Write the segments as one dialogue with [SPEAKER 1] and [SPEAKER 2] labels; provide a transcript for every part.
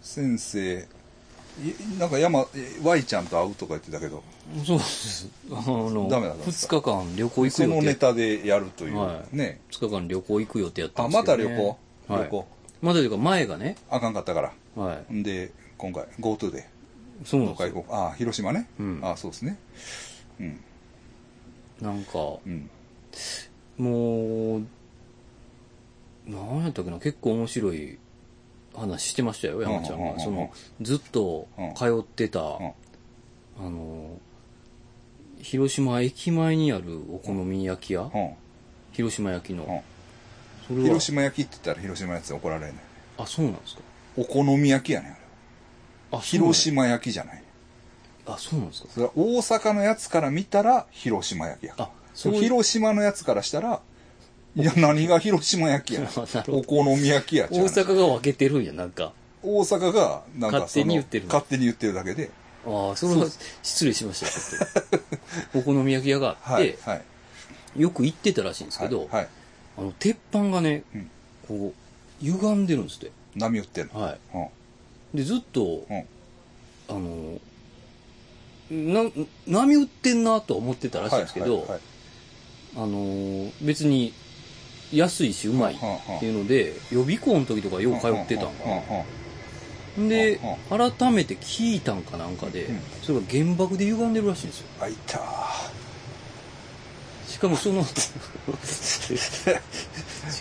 [SPEAKER 1] 先生いなんか山え Y ちゃんと会うとか言ってたけど
[SPEAKER 2] そうです。あの、
[SPEAKER 1] ダメなんです
[SPEAKER 2] 2日間旅行行く
[SPEAKER 1] そ
[SPEAKER 2] 予定。
[SPEAKER 1] のネタでやるという、
[SPEAKER 2] はい
[SPEAKER 1] ね
[SPEAKER 2] 2日間旅行行く予定やった
[SPEAKER 1] あ
[SPEAKER 2] んです
[SPEAKER 1] ま
[SPEAKER 2] け
[SPEAKER 1] た
[SPEAKER 2] ど、ね。
[SPEAKER 1] 旅行、
[SPEAKER 2] はい
[SPEAKER 1] 旅行
[SPEAKER 2] またというか前がね、
[SPEAKER 1] あかんかったから
[SPEAKER 2] は
[SPEAKER 1] んで今回 GoTo で
[SPEAKER 2] い。そうなん
[SPEAKER 1] どっ
[SPEAKER 2] です
[SPEAKER 1] か
[SPEAKER 2] よ
[SPEAKER 1] 行こうあ広島ね、
[SPEAKER 2] うん
[SPEAKER 1] あそうですねうん
[SPEAKER 2] なんか、
[SPEAKER 1] うん
[SPEAKER 2] もう、なんやったっけな、結構面白い話してましたよ、山ちゃ
[SPEAKER 1] うんうんうん
[SPEAKER 2] ん
[SPEAKER 1] うん
[SPEAKER 2] が。その、ずっと通ってた、
[SPEAKER 1] うん
[SPEAKER 2] あの、広島駅前にあるお好み焼き屋、
[SPEAKER 1] うん
[SPEAKER 2] 広島焼きの。
[SPEAKER 1] う
[SPEAKER 2] そ
[SPEAKER 1] ん、
[SPEAKER 2] れは
[SPEAKER 1] 広、島焼きって言ったら広島のやつで怒られるね
[SPEAKER 2] あ、そうなんですか。
[SPEAKER 1] お好み焼きやねんあれ
[SPEAKER 2] あ、
[SPEAKER 1] 広
[SPEAKER 2] そう
[SPEAKER 1] 島焼きじゃない
[SPEAKER 2] なん。あ、そうなんですか。
[SPEAKER 1] それは大阪のやつから見たら広島焼きやから
[SPEAKER 2] あそういう
[SPEAKER 1] 広島のやつからしたらいや何が広島焼きや
[SPEAKER 2] なるほど
[SPEAKER 1] お好み焼きやちゃ
[SPEAKER 2] 大
[SPEAKER 1] う
[SPEAKER 2] 阪が分けてるんや、なんか。
[SPEAKER 1] 大阪がなんかそ
[SPEAKER 2] 勝手
[SPEAKER 1] の
[SPEAKER 2] に言ってる
[SPEAKER 1] 勝手に言ってるだけで
[SPEAKER 2] ああ、それは失礼しました、ちょっ と。お好み焼き屋があっ
[SPEAKER 1] はい
[SPEAKER 2] て、
[SPEAKER 1] はい
[SPEAKER 2] よく行ってたらしいんですけど、
[SPEAKER 1] はいはい
[SPEAKER 2] あの、鉄板がね、
[SPEAKER 1] うん
[SPEAKER 2] こう、歪んでるんですって。
[SPEAKER 1] 波打ってんの、
[SPEAKER 2] は
[SPEAKER 1] うん
[SPEAKER 2] い。で、ずっと、
[SPEAKER 1] うん
[SPEAKER 2] あの、な、波打ってんなとは思ってたらしいんですけど、
[SPEAKER 1] はいはい
[SPEAKER 2] あの、別に、安いし、うまいっていうので、予備校の時とかよ
[SPEAKER 1] は
[SPEAKER 2] う
[SPEAKER 1] い
[SPEAKER 2] 通ってたんか
[SPEAKER 1] うんう
[SPEAKER 2] な。
[SPEAKER 1] んうん
[SPEAKER 2] で、改めて聞いたんかなんかで
[SPEAKER 1] うん、
[SPEAKER 2] それが原爆で歪んでるらしいんですよ。
[SPEAKER 1] あいたー
[SPEAKER 2] しかもそ の、し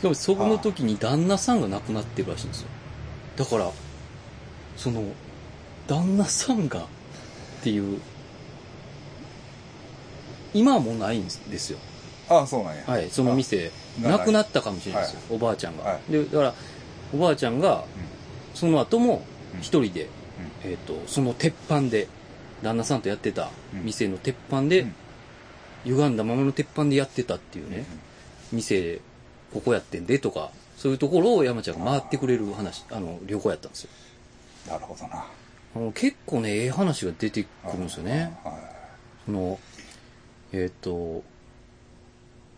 [SPEAKER 2] かもそこの時に旦那さんが亡くなってるらしいんですよ。だから、その、旦那さんがっていう、今はもうないんですよ。
[SPEAKER 1] ああそうなんや
[SPEAKER 2] はい、その店、
[SPEAKER 1] あ
[SPEAKER 2] 亡くなったかもしれないですよ、おばあちゃんが、
[SPEAKER 1] は
[SPEAKER 2] で、だから、おばあちゃんが、その後も一人で、えっ、と、その鉄板で、旦那さんとやってた店の鉄板で、
[SPEAKER 1] うん
[SPEAKER 2] 歪んだままの鉄板でやってたっていうね、店、ここやってんでとか、そういうところを山ちゃんが回ってくれる話、あの、旅行やったんですよ。
[SPEAKER 1] なるほどな
[SPEAKER 2] あの結構ね、ええ話が出てくるんですよね。
[SPEAKER 1] は
[SPEAKER 2] その、えっ、と、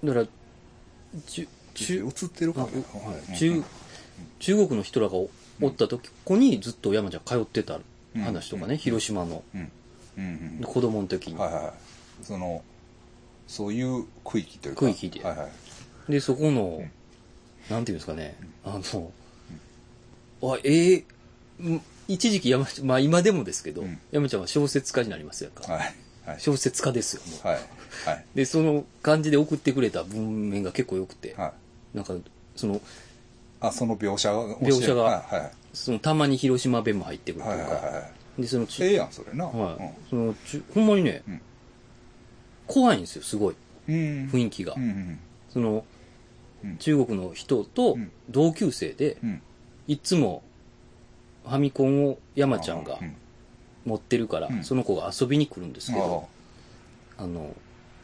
[SPEAKER 2] だから、ちゅ
[SPEAKER 1] い映
[SPEAKER 2] 中、
[SPEAKER 1] ってるか
[SPEAKER 2] あ
[SPEAKER 1] な
[SPEAKER 2] おはい
[SPEAKER 1] うん
[SPEAKER 2] 中中国の人らがおおった時こにずっと山ちゃん通ってた話とかね、
[SPEAKER 1] うん
[SPEAKER 2] 広島の
[SPEAKER 1] うんうんうん
[SPEAKER 2] 子供の時に、
[SPEAKER 1] はいはいはいそのそういう区域というか
[SPEAKER 2] 区域で
[SPEAKER 1] はいはい
[SPEAKER 2] で、そこの、
[SPEAKER 1] ん
[SPEAKER 2] なんていうんですかね、あの、あ、ええうん一時期山ちゃん、まあ今でもですけど、
[SPEAKER 1] うん
[SPEAKER 2] 山ちゃんは小説家になりますやんか。
[SPEAKER 1] はいはい
[SPEAKER 2] 小説家ですよ、もう
[SPEAKER 1] はいはい
[SPEAKER 2] で、その感じで送ってくれた文面が結構良くて、
[SPEAKER 1] はい
[SPEAKER 2] なんか、その、
[SPEAKER 1] あその描写が
[SPEAKER 2] 描写が
[SPEAKER 1] はいはい
[SPEAKER 2] そのたまに広島弁も入ってくると
[SPEAKER 1] はいいうは
[SPEAKER 2] か、
[SPEAKER 1] いは
[SPEAKER 2] で、その
[SPEAKER 1] い
[SPEAKER 2] ち、
[SPEAKER 1] ええやんそれな
[SPEAKER 2] はい、
[SPEAKER 1] うん
[SPEAKER 2] そのち、ほんまにね、
[SPEAKER 1] うん
[SPEAKER 2] 怖いんですよ、すごい、
[SPEAKER 1] うん
[SPEAKER 2] 雰囲気が。
[SPEAKER 1] うんうん
[SPEAKER 2] その、
[SPEAKER 1] うん
[SPEAKER 2] 中国の人と
[SPEAKER 1] うん
[SPEAKER 2] 同級生で、
[SPEAKER 1] うん
[SPEAKER 2] いつも、ファミコンを山ちゃんが
[SPEAKER 1] うん
[SPEAKER 2] 持ってるから、
[SPEAKER 1] うん
[SPEAKER 2] その子が遊びに来るんですけど、あの、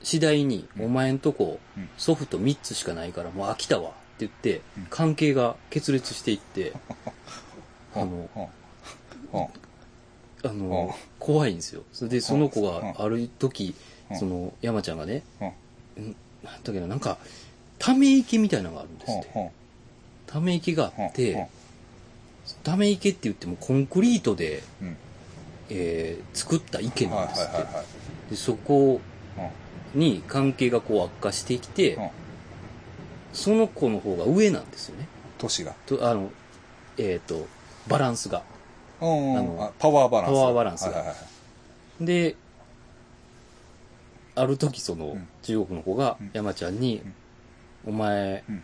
[SPEAKER 2] 次第に、
[SPEAKER 1] うん
[SPEAKER 2] お前んとこ
[SPEAKER 1] うん、
[SPEAKER 2] ソフト3つしかないから、もう飽きたわって言って
[SPEAKER 1] うん、
[SPEAKER 2] 関係が決裂して いって、
[SPEAKER 1] あ
[SPEAKER 2] あ
[SPEAKER 1] あ
[SPEAKER 2] の、
[SPEAKER 1] うんうん
[SPEAKER 2] あの
[SPEAKER 1] あ、
[SPEAKER 2] 怖いんですよ。それで、その子が
[SPEAKER 1] あ
[SPEAKER 2] ある時
[SPEAKER 1] あ、
[SPEAKER 2] その、山ちゃんがね、
[SPEAKER 1] うん
[SPEAKER 2] うんなんだっけな、なんか、ため池みたいなのがあるんですって。
[SPEAKER 1] うん
[SPEAKER 2] ため池があっ
[SPEAKER 1] うん
[SPEAKER 2] て、ため池って言ってもコンクリートで、
[SPEAKER 1] うん
[SPEAKER 2] えー作った池
[SPEAKER 1] は
[SPEAKER 2] ないんですっ
[SPEAKER 1] はいはい
[SPEAKER 2] て。
[SPEAKER 1] はい
[SPEAKER 2] で、そこ
[SPEAKER 1] うん
[SPEAKER 2] に関係がこう悪化してきて
[SPEAKER 1] うん、
[SPEAKER 2] その子の方が上なんですよね。
[SPEAKER 1] 都市が
[SPEAKER 2] と、あの、えっ、と、バランスが。
[SPEAKER 1] うん
[SPEAKER 2] あの
[SPEAKER 1] あパワーバランス
[SPEAKER 2] パワーバランスが
[SPEAKER 1] はいはいはい
[SPEAKER 2] で、ある時その
[SPEAKER 1] ん
[SPEAKER 2] 中国の子が
[SPEAKER 1] うん
[SPEAKER 2] 山ちゃんに、お前
[SPEAKER 1] うん、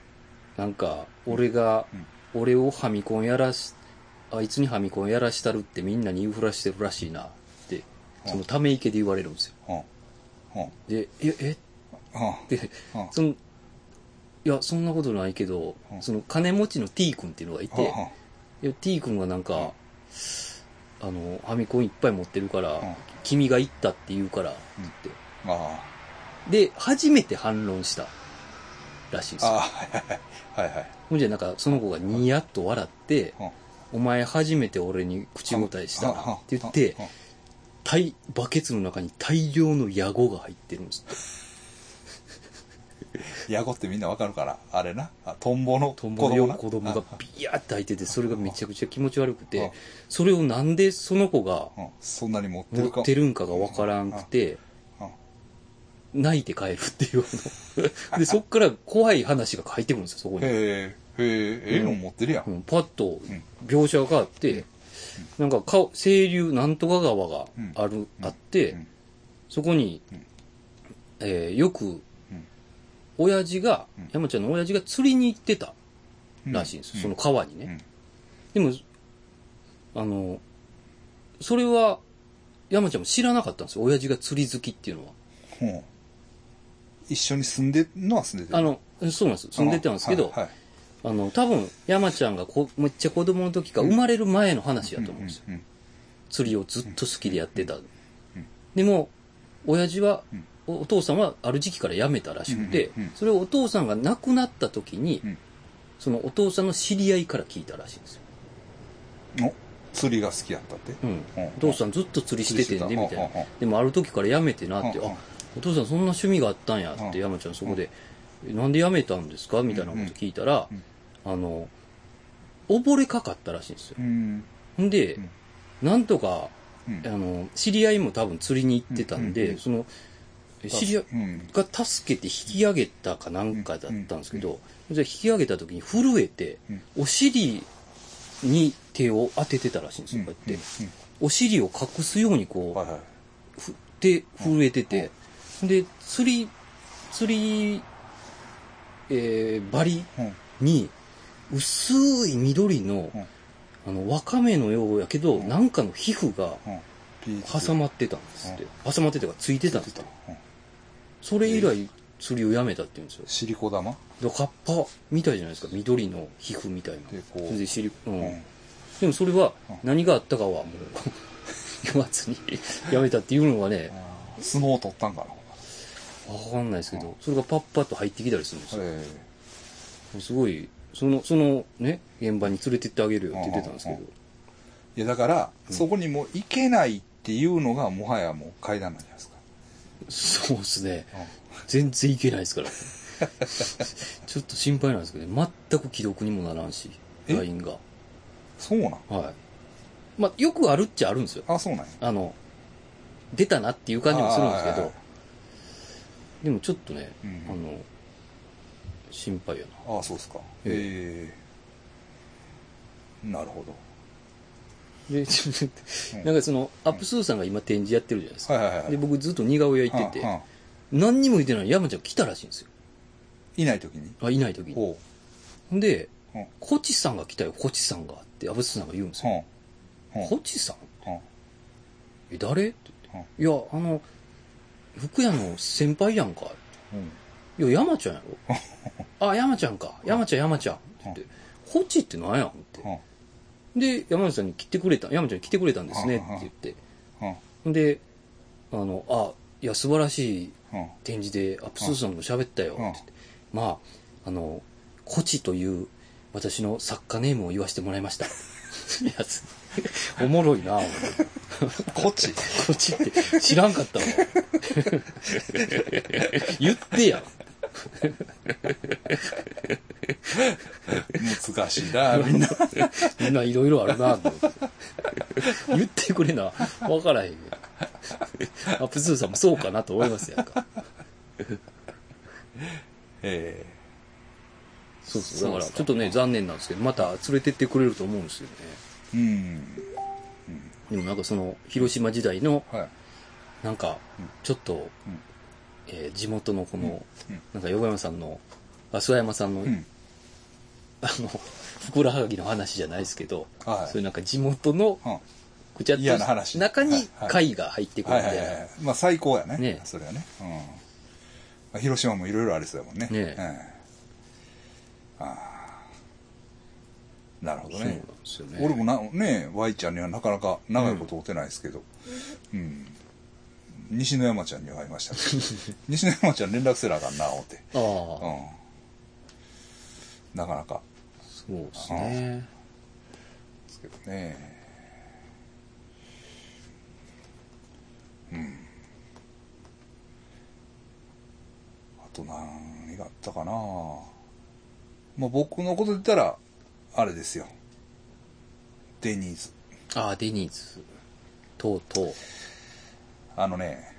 [SPEAKER 2] なんか俺が、俺をハミコンやらし、あいつにハミコンやらしたるってみんなに言うふらしてるらしいなって、そのため池で言われるんですよ。
[SPEAKER 1] うんうん
[SPEAKER 2] で、え、え
[SPEAKER 1] うん
[SPEAKER 2] って、
[SPEAKER 1] うん
[SPEAKER 2] その、いや、そんなことないけど
[SPEAKER 1] う、ん
[SPEAKER 2] その金持ちの T 君っていうのがいて、いや T 君がなんか、あの、ファミコンいっぱい持ってるから、
[SPEAKER 1] ん
[SPEAKER 2] 君が行ったって言うから、って言って。
[SPEAKER 1] うんあ
[SPEAKER 2] で、初めて反論したらしいんで
[SPEAKER 1] あ
[SPEAKER 2] す
[SPEAKER 1] あ
[SPEAKER 2] よ。
[SPEAKER 1] あはいはいはいはい
[SPEAKER 2] ほんじゃ、なんか、その子がニヤッと笑って、
[SPEAKER 1] うん
[SPEAKER 2] お前初めて俺に口答えしたなって言って
[SPEAKER 1] うん、うん
[SPEAKER 2] 大、バケツの中に大量のヤゴが入ってるんですって。
[SPEAKER 1] ヤゴってみんなわかるからあれなあトンボの子
[SPEAKER 2] トンボの
[SPEAKER 1] 供な
[SPEAKER 2] 子供がビヤーって開いててそれがめちゃくちゃ気持ち悪く
[SPEAKER 1] うん
[SPEAKER 2] てそれをなんでその子が
[SPEAKER 1] うんうんそんなに持って
[SPEAKER 2] 持
[SPEAKER 1] るか
[SPEAKER 2] ってるんかがわからんくて
[SPEAKER 1] うんうん
[SPEAKER 2] 泣いて帰るっていうのでそっから怖い話が書いてくるんですよそこに、
[SPEAKER 1] へえへえええの持ってるやん、
[SPEAKER 2] うん、パッと
[SPEAKER 1] ん
[SPEAKER 2] 描写があってなんか川清流なんとか川がある、あって、
[SPEAKER 1] うん
[SPEAKER 2] そこに、
[SPEAKER 1] ん
[SPEAKER 2] えーよく
[SPEAKER 1] うん
[SPEAKER 2] 親父が、
[SPEAKER 1] うん
[SPEAKER 2] 山ちゃんの親父が釣りに行ってた
[SPEAKER 1] うん
[SPEAKER 2] らしいんです、
[SPEAKER 1] うん
[SPEAKER 2] その川にね、
[SPEAKER 1] うん
[SPEAKER 2] でも、あの、それは、山ちゃんも知らなかったんですよ。親父が釣り好きっていうのは。
[SPEAKER 1] うん一緒に住んでんのは住んでて
[SPEAKER 2] あの、そうなんです。住んでたんですけど、
[SPEAKER 1] はいはい
[SPEAKER 2] あの、多分、山ちゃんがこめっちゃ子供の時か、生まれる前の話やと思うんですよ。
[SPEAKER 1] うんうん
[SPEAKER 2] 釣りをずっと好きでやってた。でも、親父は、おお父さんはある時期から辞めたらしくて
[SPEAKER 1] うんうんうん、
[SPEAKER 2] それをお父さんが亡くなった時に
[SPEAKER 1] うん、
[SPEAKER 2] そのお父さんの知り合いから聞いたらしいんですよ。
[SPEAKER 1] うんお釣りが好きやったって
[SPEAKER 2] うん。
[SPEAKER 1] うん
[SPEAKER 2] お父さんずっと釣りしててんで、みたいな
[SPEAKER 1] うんうんうん。
[SPEAKER 2] でもある時から辞めてなって、
[SPEAKER 1] うんうん
[SPEAKER 2] あ、お父さんそんな趣味があったんや
[SPEAKER 1] う
[SPEAKER 2] っ
[SPEAKER 1] ん
[SPEAKER 2] て山ちゃんそこで、えなんで辞めたんですかみたいなこと聞いたら
[SPEAKER 1] うん、
[SPEAKER 2] あの、溺れかかったらしいんですよ
[SPEAKER 1] う。ん
[SPEAKER 2] ほんで
[SPEAKER 1] ん、
[SPEAKER 2] なんとか、
[SPEAKER 1] うん
[SPEAKER 2] あの、知り合いも多分釣りに行ってたん
[SPEAKER 1] うんうんう
[SPEAKER 2] で、
[SPEAKER 1] ん
[SPEAKER 2] その、知り合い
[SPEAKER 1] うん
[SPEAKER 2] が助けて引き上げたかなんかだったんですけど、じゃあ引き上げた時に震えて
[SPEAKER 1] うん、
[SPEAKER 2] お尻に手を当ててたらしいんですよ、こうやって。お尻を隠すようにこう、
[SPEAKER 1] はいはい
[SPEAKER 2] ふで震えてて、で釣り釣り、えー、針
[SPEAKER 1] うん
[SPEAKER 2] に薄い緑の,、
[SPEAKER 1] うん
[SPEAKER 2] あのわかめのようやけど、なんかの皮膚が
[SPEAKER 1] うんピーチ
[SPEAKER 2] 挟まってたんですって、挟まっててかついてたんですって
[SPEAKER 1] うん
[SPEAKER 2] それ以来釣りをやめたって言うんですよ
[SPEAKER 1] シリコ玉
[SPEAKER 2] だからカッパみたいじゃないですか緑の皮膚みたいな
[SPEAKER 1] でこう
[SPEAKER 2] それで知り、うん
[SPEAKER 1] うん
[SPEAKER 2] でもそれは
[SPEAKER 1] うん
[SPEAKER 2] 何があったかはもう言わずにやめたっていうのがね、
[SPEAKER 1] あー相撲を取ったんかな
[SPEAKER 2] わかんないですけど、それがパッパッと入ってきたりするんですよ。
[SPEAKER 1] え
[SPEAKER 2] すごい、その、そのね、現場に連れてってあげるよって言ってたんですけど
[SPEAKER 1] うんう、えいやだからそこにもう行けないっていうのがもはやもう階段なんじゃないですか
[SPEAKER 2] そうですね。全然いけないですから。 ちょっと心配なんですけどね、全く既読にもならんし、
[SPEAKER 1] え
[SPEAKER 2] LINE が。
[SPEAKER 1] そうなん
[SPEAKER 2] はい。まあ、よくあるっちゃあるんですよ。
[SPEAKER 1] あそうなんや
[SPEAKER 2] あの、出たなっていう感じもするんですけ
[SPEAKER 1] あーはい
[SPEAKER 2] ど
[SPEAKER 1] は、
[SPEAKER 2] でもちょっとね、
[SPEAKER 1] うん
[SPEAKER 2] あの、心配やな。
[SPEAKER 1] ああそうですかええなるほど
[SPEAKER 2] で、ちょっと待っ
[SPEAKER 1] う
[SPEAKER 2] て
[SPEAKER 1] ん
[SPEAKER 2] なんかその、アップスーさんが今展示やってるじゃないですか。
[SPEAKER 1] はいはいはい
[SPEAKER 2] で、僕ずっと似顔絵行って
[SPEAKER 1] はん
[SPEAKER 2] て、
[SPEAKER 1] はん
[SPEAKER 2] 何にも言ってない山ちゃん来たらしいんですよ。
[SPEAKER 1] いない時に
[SPEAKER 2] あ、いない時に。
[SPEAKER 1] おう
[SPEAKER 2] ほんで、
[SPEAKER 1] うんうん
[SPEAKER 2] コチさんが来たよ、コチさんがって、アブスーさんが言うんですよ。
[SPEAKER 1] うん
[SPEAKER 2] コチさん
[SPEAKER 1] うん
[SPEAKER 2] え、誰って言って。いや、あの、福屋の先輩やんか。
[SPEAKER 1] うん
[SPEAKER 2] いや、山ちゃんや ろ。あ、山ちゃんか。山ちゃん、山ちゃん。って言って、コチって何やんって。
[SPEAKER 1] うん
[SPEAKER 2] で、山内さんに来てくれた、山ちゃんに来てくれたんですねって言って。
[SPEAKER 1] うん
[SPEAKER 2] ほんで、あの、あ、いや、素晴らしい
[SPEAKER 1] うん
[SPEAKER 2] 展示でアップスーさんも喋ったよって言って、まああのコチという私の作家ネームを言わせてもらいましたいやつ おもろいな思って
[SPEAKER 1] こっち
[SPEAKER 2] コチって知らんかったわ言ってや
[SPEAKER 1] 難しい なみんな
[SPEAKER 2] みんないろいろあるなと思って言ってくれな分からへんよアップスーさんもそうかなと思いますやんか
[SPEAKER 1] ええ
[SPEAKER 2] そうそ
[SPEAKER 1] そうう
[SPEAKER 2] だ
[SPEAKER 1] で
[SPEAKER 2] か
[SPEAKER 1] す
[SPEAKER 2] ら
[SPEAKER 1] か
[SPEAKER 2] ちょっとね残念なんですけどまた連れてってくれると思うんですよね
[SPEAKER 1] うん
[SPEAKER 2] でもなんかその広島時代の
[SPEAKER 1] はい
[SPEAKER 2] なんか、ちょっと、えー地元のこの、
[SPEAKER 1] うんうん
[SPEAKER 2] なんか横山さんの、あ、諏訪山さんの、
[SPEAKER 1] ん
[SPEAKER 2] あの、ふくらはぎの話じゃないですけど、
[SPEAKER 1] はい
[SPEAKER 2] そういうなんか地元の、
[SPEAKER 1] うん
[SPEAKER 2] くちゃっと
[SPEAKER 1] 嫌な話
[SPEAKER 2] 中に
[SPEAKER 1] はいはい
[SPEAKER 2] 貝が入ってくる
[SPEAKER 1] は
[SPEAKER 2] み
[SPEAKER 1] い
[SPEAKER 2] た
[SPEAKER 1] はいい
[SPEAKER 2] な。
[SPEAKER 1] はいまあ最高やね
[SPEAKER 2] ね
[SPEAKER 1] それはね、うんまあ、広島もいろいろありそうやもんね
[SPEAKER 2] ね
[SPEAKER 1] ええああなるほど
[SPEAKER 2] そうなん
[SPEAKER 1] ね
[SPEAKER 2] ですよ
[SPEAKER 1] 俺
[SPEAKER 2] ね。
[SPEAKER 1] もなねえ Y ちゃんにはなかなか長いこと会うてないですけどうん、西野山ちゃんには会いま したけど西野山ちゃん連絡せなあかんな思って
[SPEAKER 2] ああ、
[SPEAKER 1] うんなかなか
[SPEAKER 2] そうですね。
[SPEAKER 1] ですけどねうんあとなん何があったかなまあ僕のことで言ったら、あれですよ。デニーズ。
[SPEAKER 2] ああ、デニーズ。とうとう。
[SPEAKER 1] あのね、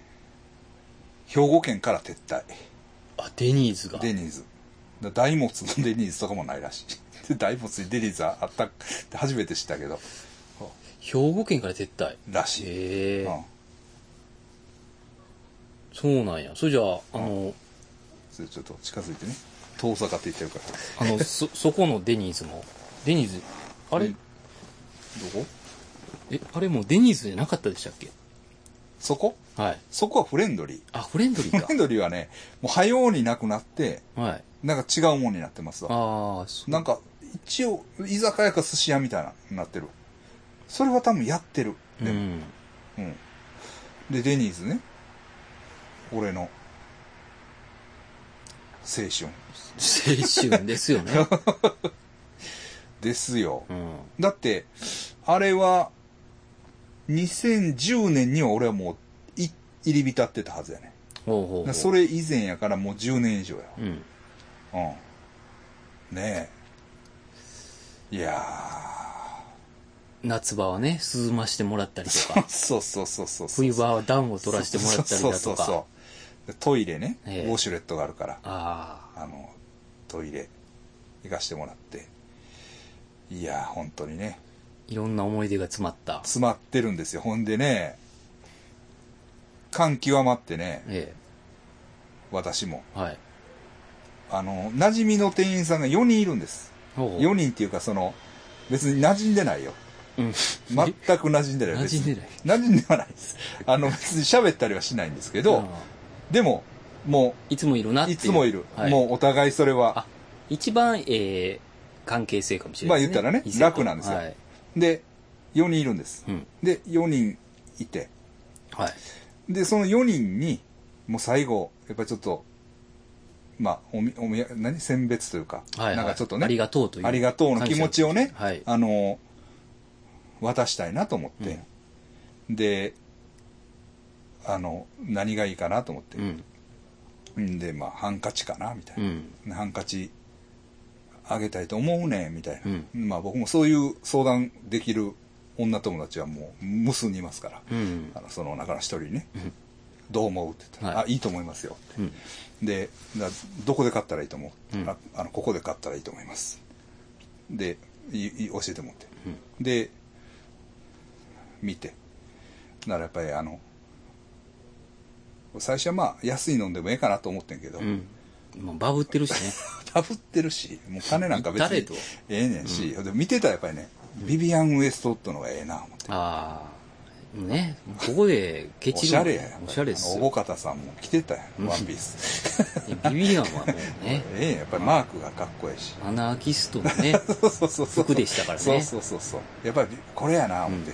[SPEAKER 1] 兵庫県から撤退。
[SPEAKER 2] あ、デニーズが。
[SPEAKER 1] デニーズ。だ大物のデニーズとかもないらしい。で大物にデニーズあったって初めて知ったけど、
[SPEAKER 2] 兵庫県から撤退。
[SPEAKER 1] らしい。
[SPEAKER 2] へえ、
[SPEAKER 1] うん。
[SPEAKER 2] そうなんや。それじゃあ、あの、
[SPEAKER 1] それちょっと近づいてね。遠ざかっていってるから。
[SPEAKER 2] あの、 そ、そこのデニーズも。デニーズ、あれ、
[SPEAKER 1] うんどこ
[SPEAKER 2] え、あれもうデニーズじゃなかったでしたっけ
[SPEAKER 1] そこ
[SPEAKER 2] はい。
[SPEAKER 1] そこはフレンドリー。
[SPEAKER 2] あ、フレンドリー
[SPEAKER 1] フレンドリーはね、もう早うになくなって、
[SPEAKER 2] か。はい。
[SPEAKER 1] なんか違うもんになってますわ。
[SPEAKER 2] ああ、そう。
[SPEAKER 1] なんか、一応、居酒屋か寿司屋みたいな、なってる。それは多分やってる。
[SPEAKER 2] う
[SPEAKER 1] でも、
[SPEAKER 2] ん。
[SPEAKER 1] うん。で、デニーズね。俺の、青春。
[SPEAKER 2] 青春です よね。
[SPEAKER 1] ですよ。
[SPEAKER 2] うん。
[SPEAKER 1] だって、あれは、2010年には俺はもう、い入り浸ってたはずやね。
[SPEAKER 2] ほうほうほ
[SPEAKER 1] だ
[SPEAKER 2] う
[SPEAKER 1] からそれ以前やからもう10年以上やわ。
[SPEAKER 2] うん。
[SPEAKER 1] うん。ねえ。いや
[SPEAKER 2] 夏場はね、涼ましてもらったりと
[SPEAKER 1] ー。
[SPEAKER 2] か
[SPEAKER 1] そうそうそうそうそう。
[SPEAKER 2] 冬場は暖を取らせてもらったりだとか。
[SPEAKER 1] そうそうそうでトイレね、
[SPEAKER 2] ええ
[SPEAKER 1] ウォシュレットがあるから
[SPEAKER 2] ああ。
[SPEAKER 1] あのトイレ行かしてもらっていやー本当にね
[SPEAKER 2] いろんな思い出が詰まった。
[SPEAKER 1] 詰まってるんですよほんでね感極まってね
[SPEAKER 2] え
[SPEAKER 1] 私も
[SPEAKER 2] え。はい。
[SPEAKER 1] あの馴染みの店員さんが4人いるんです
[SPEAKER 2] ほうほう
[SPEAKER 1] 4人っていうかその別に馴染んでないよ
[SPEAKER 2] うん。
[SPEAKER 1] 全く馴染んでない
[SPEAKER 2] 馴
[SPEAKER 1] 別
[SPEAKER 2] 染
[SPEAKER 1] に
[SPEAKER 2] んでない。
[SPEAKER 1] 馴染んではないですあの別に喋ったりはしないんですけど、
[SPEAKER 2] うん
[SPEAKER 1] でもも
[SPEAKER 2] いつもいるな
[SPEAKER 1] う
[SPEAKER 2] ってい。
[SPEAKER 1] いうつもいる、
[SPEAKER 2] はい、
[SPEAKER 1] もうお互いそれは
[SPEAKER 2] あ一番、えー、関係性かもしれないです、
[SPEAKER 1] まあ言ったらね
[SPEAKER 2] 異性と
[SPEAKER 1] 楽なんですよ
[SPEAKER 2] はい。
[SPEAKER 1] で、4人いるんです。
[SPEAKER 2] うん。
[SPEAKER 1] で、4人いて。
[SPEAKER 2] はい。
[SPEAKER 1] で、その4人に、もう最後、やっぱりちょっと、まあ、おみ、おみや、何選別というか、
[SPEAKER 2] はい、はい。
[SPEAKER 1] なんかちょっとね、
[SPEAKER 2] ありがとうという。
[SPEAKER 1] ありがとうの気持ちをね
[SPEAKER 2] 感謝の気持ちはい。
[SPEAKER 1] あの、渡したいなと思って、で、あの、何がいいかなと思って
[SPEAKER 2] う、ん。
[SPEAKER 1] ん、で、まあ、ハンカチかな、みたいうな、
[SPEAKER 2] ん。
[SPEAKER 1] ハンカチ、あげたいと思うねんみたいな、
[SPEAKER 2] う
[SPEAKER 1] まあ僕もそういう相談できる女友達はもう無数にいますから、
[SPEAKER 2] うん
[SPEAKER 1] あ。のその中の一人にね、
[SPEAKER 2] ん
[SPEAKER 1] どう思うって言ったら、
[SPEAKER 2] はい
[SPEAKER 1] あ、いいと思いますよっ
[SPEAKER 2] うん。
[SPEAKER 1] て。で、だどこで買ったらいいと思う、
[SPEAKER 2] うん
[SPEAKER 1] ああの、ここで買ったらいいと思います。で、いい教えてもらって。
[SPEAKER 2] うん
[SPEAKER 1] で、見て。ならやっぱりあの、最初はまあ安い飲んでもええかなと思ってんけど、
[SPEAKER 2] うん。もうバブってるし ね。
[SPEAKER 1] ダブってるし、もう金なんか別
[SPEAKER 2] 誰
[SPEAKER 1] に
[SPEAKER 2] と
[SPEAKER 1] ええねんし、でも見てたらやっぱりね、ビビアン・ウエストウッドのがええな思って。
[SPEAKER 2] ああ。ね。ここでケ
[SPEAKER 1] お
[SPEAKER 2] チる。
[SPEAKER 1] しゃれややっぱり
[SPEAKER 2] おしゃれっす
[SPEAKER 1] あの小
[SPEAKER 2] よ。
[SPEAKER 1] 方さんも着てたやん、ワンピース。、
[SPEAKER 2] ビビアンはもうね
[SPEAKER 1] ええやっぱりマークがかっこええし。
[SPEAKER 2] アナーキストの ね、
[SPEAKER 1] そうそうそうそう。
[SPEAKER 2] 服でしたからね
[SPEAKER 1] そうそうそうそう。やっぱりこれやな思って。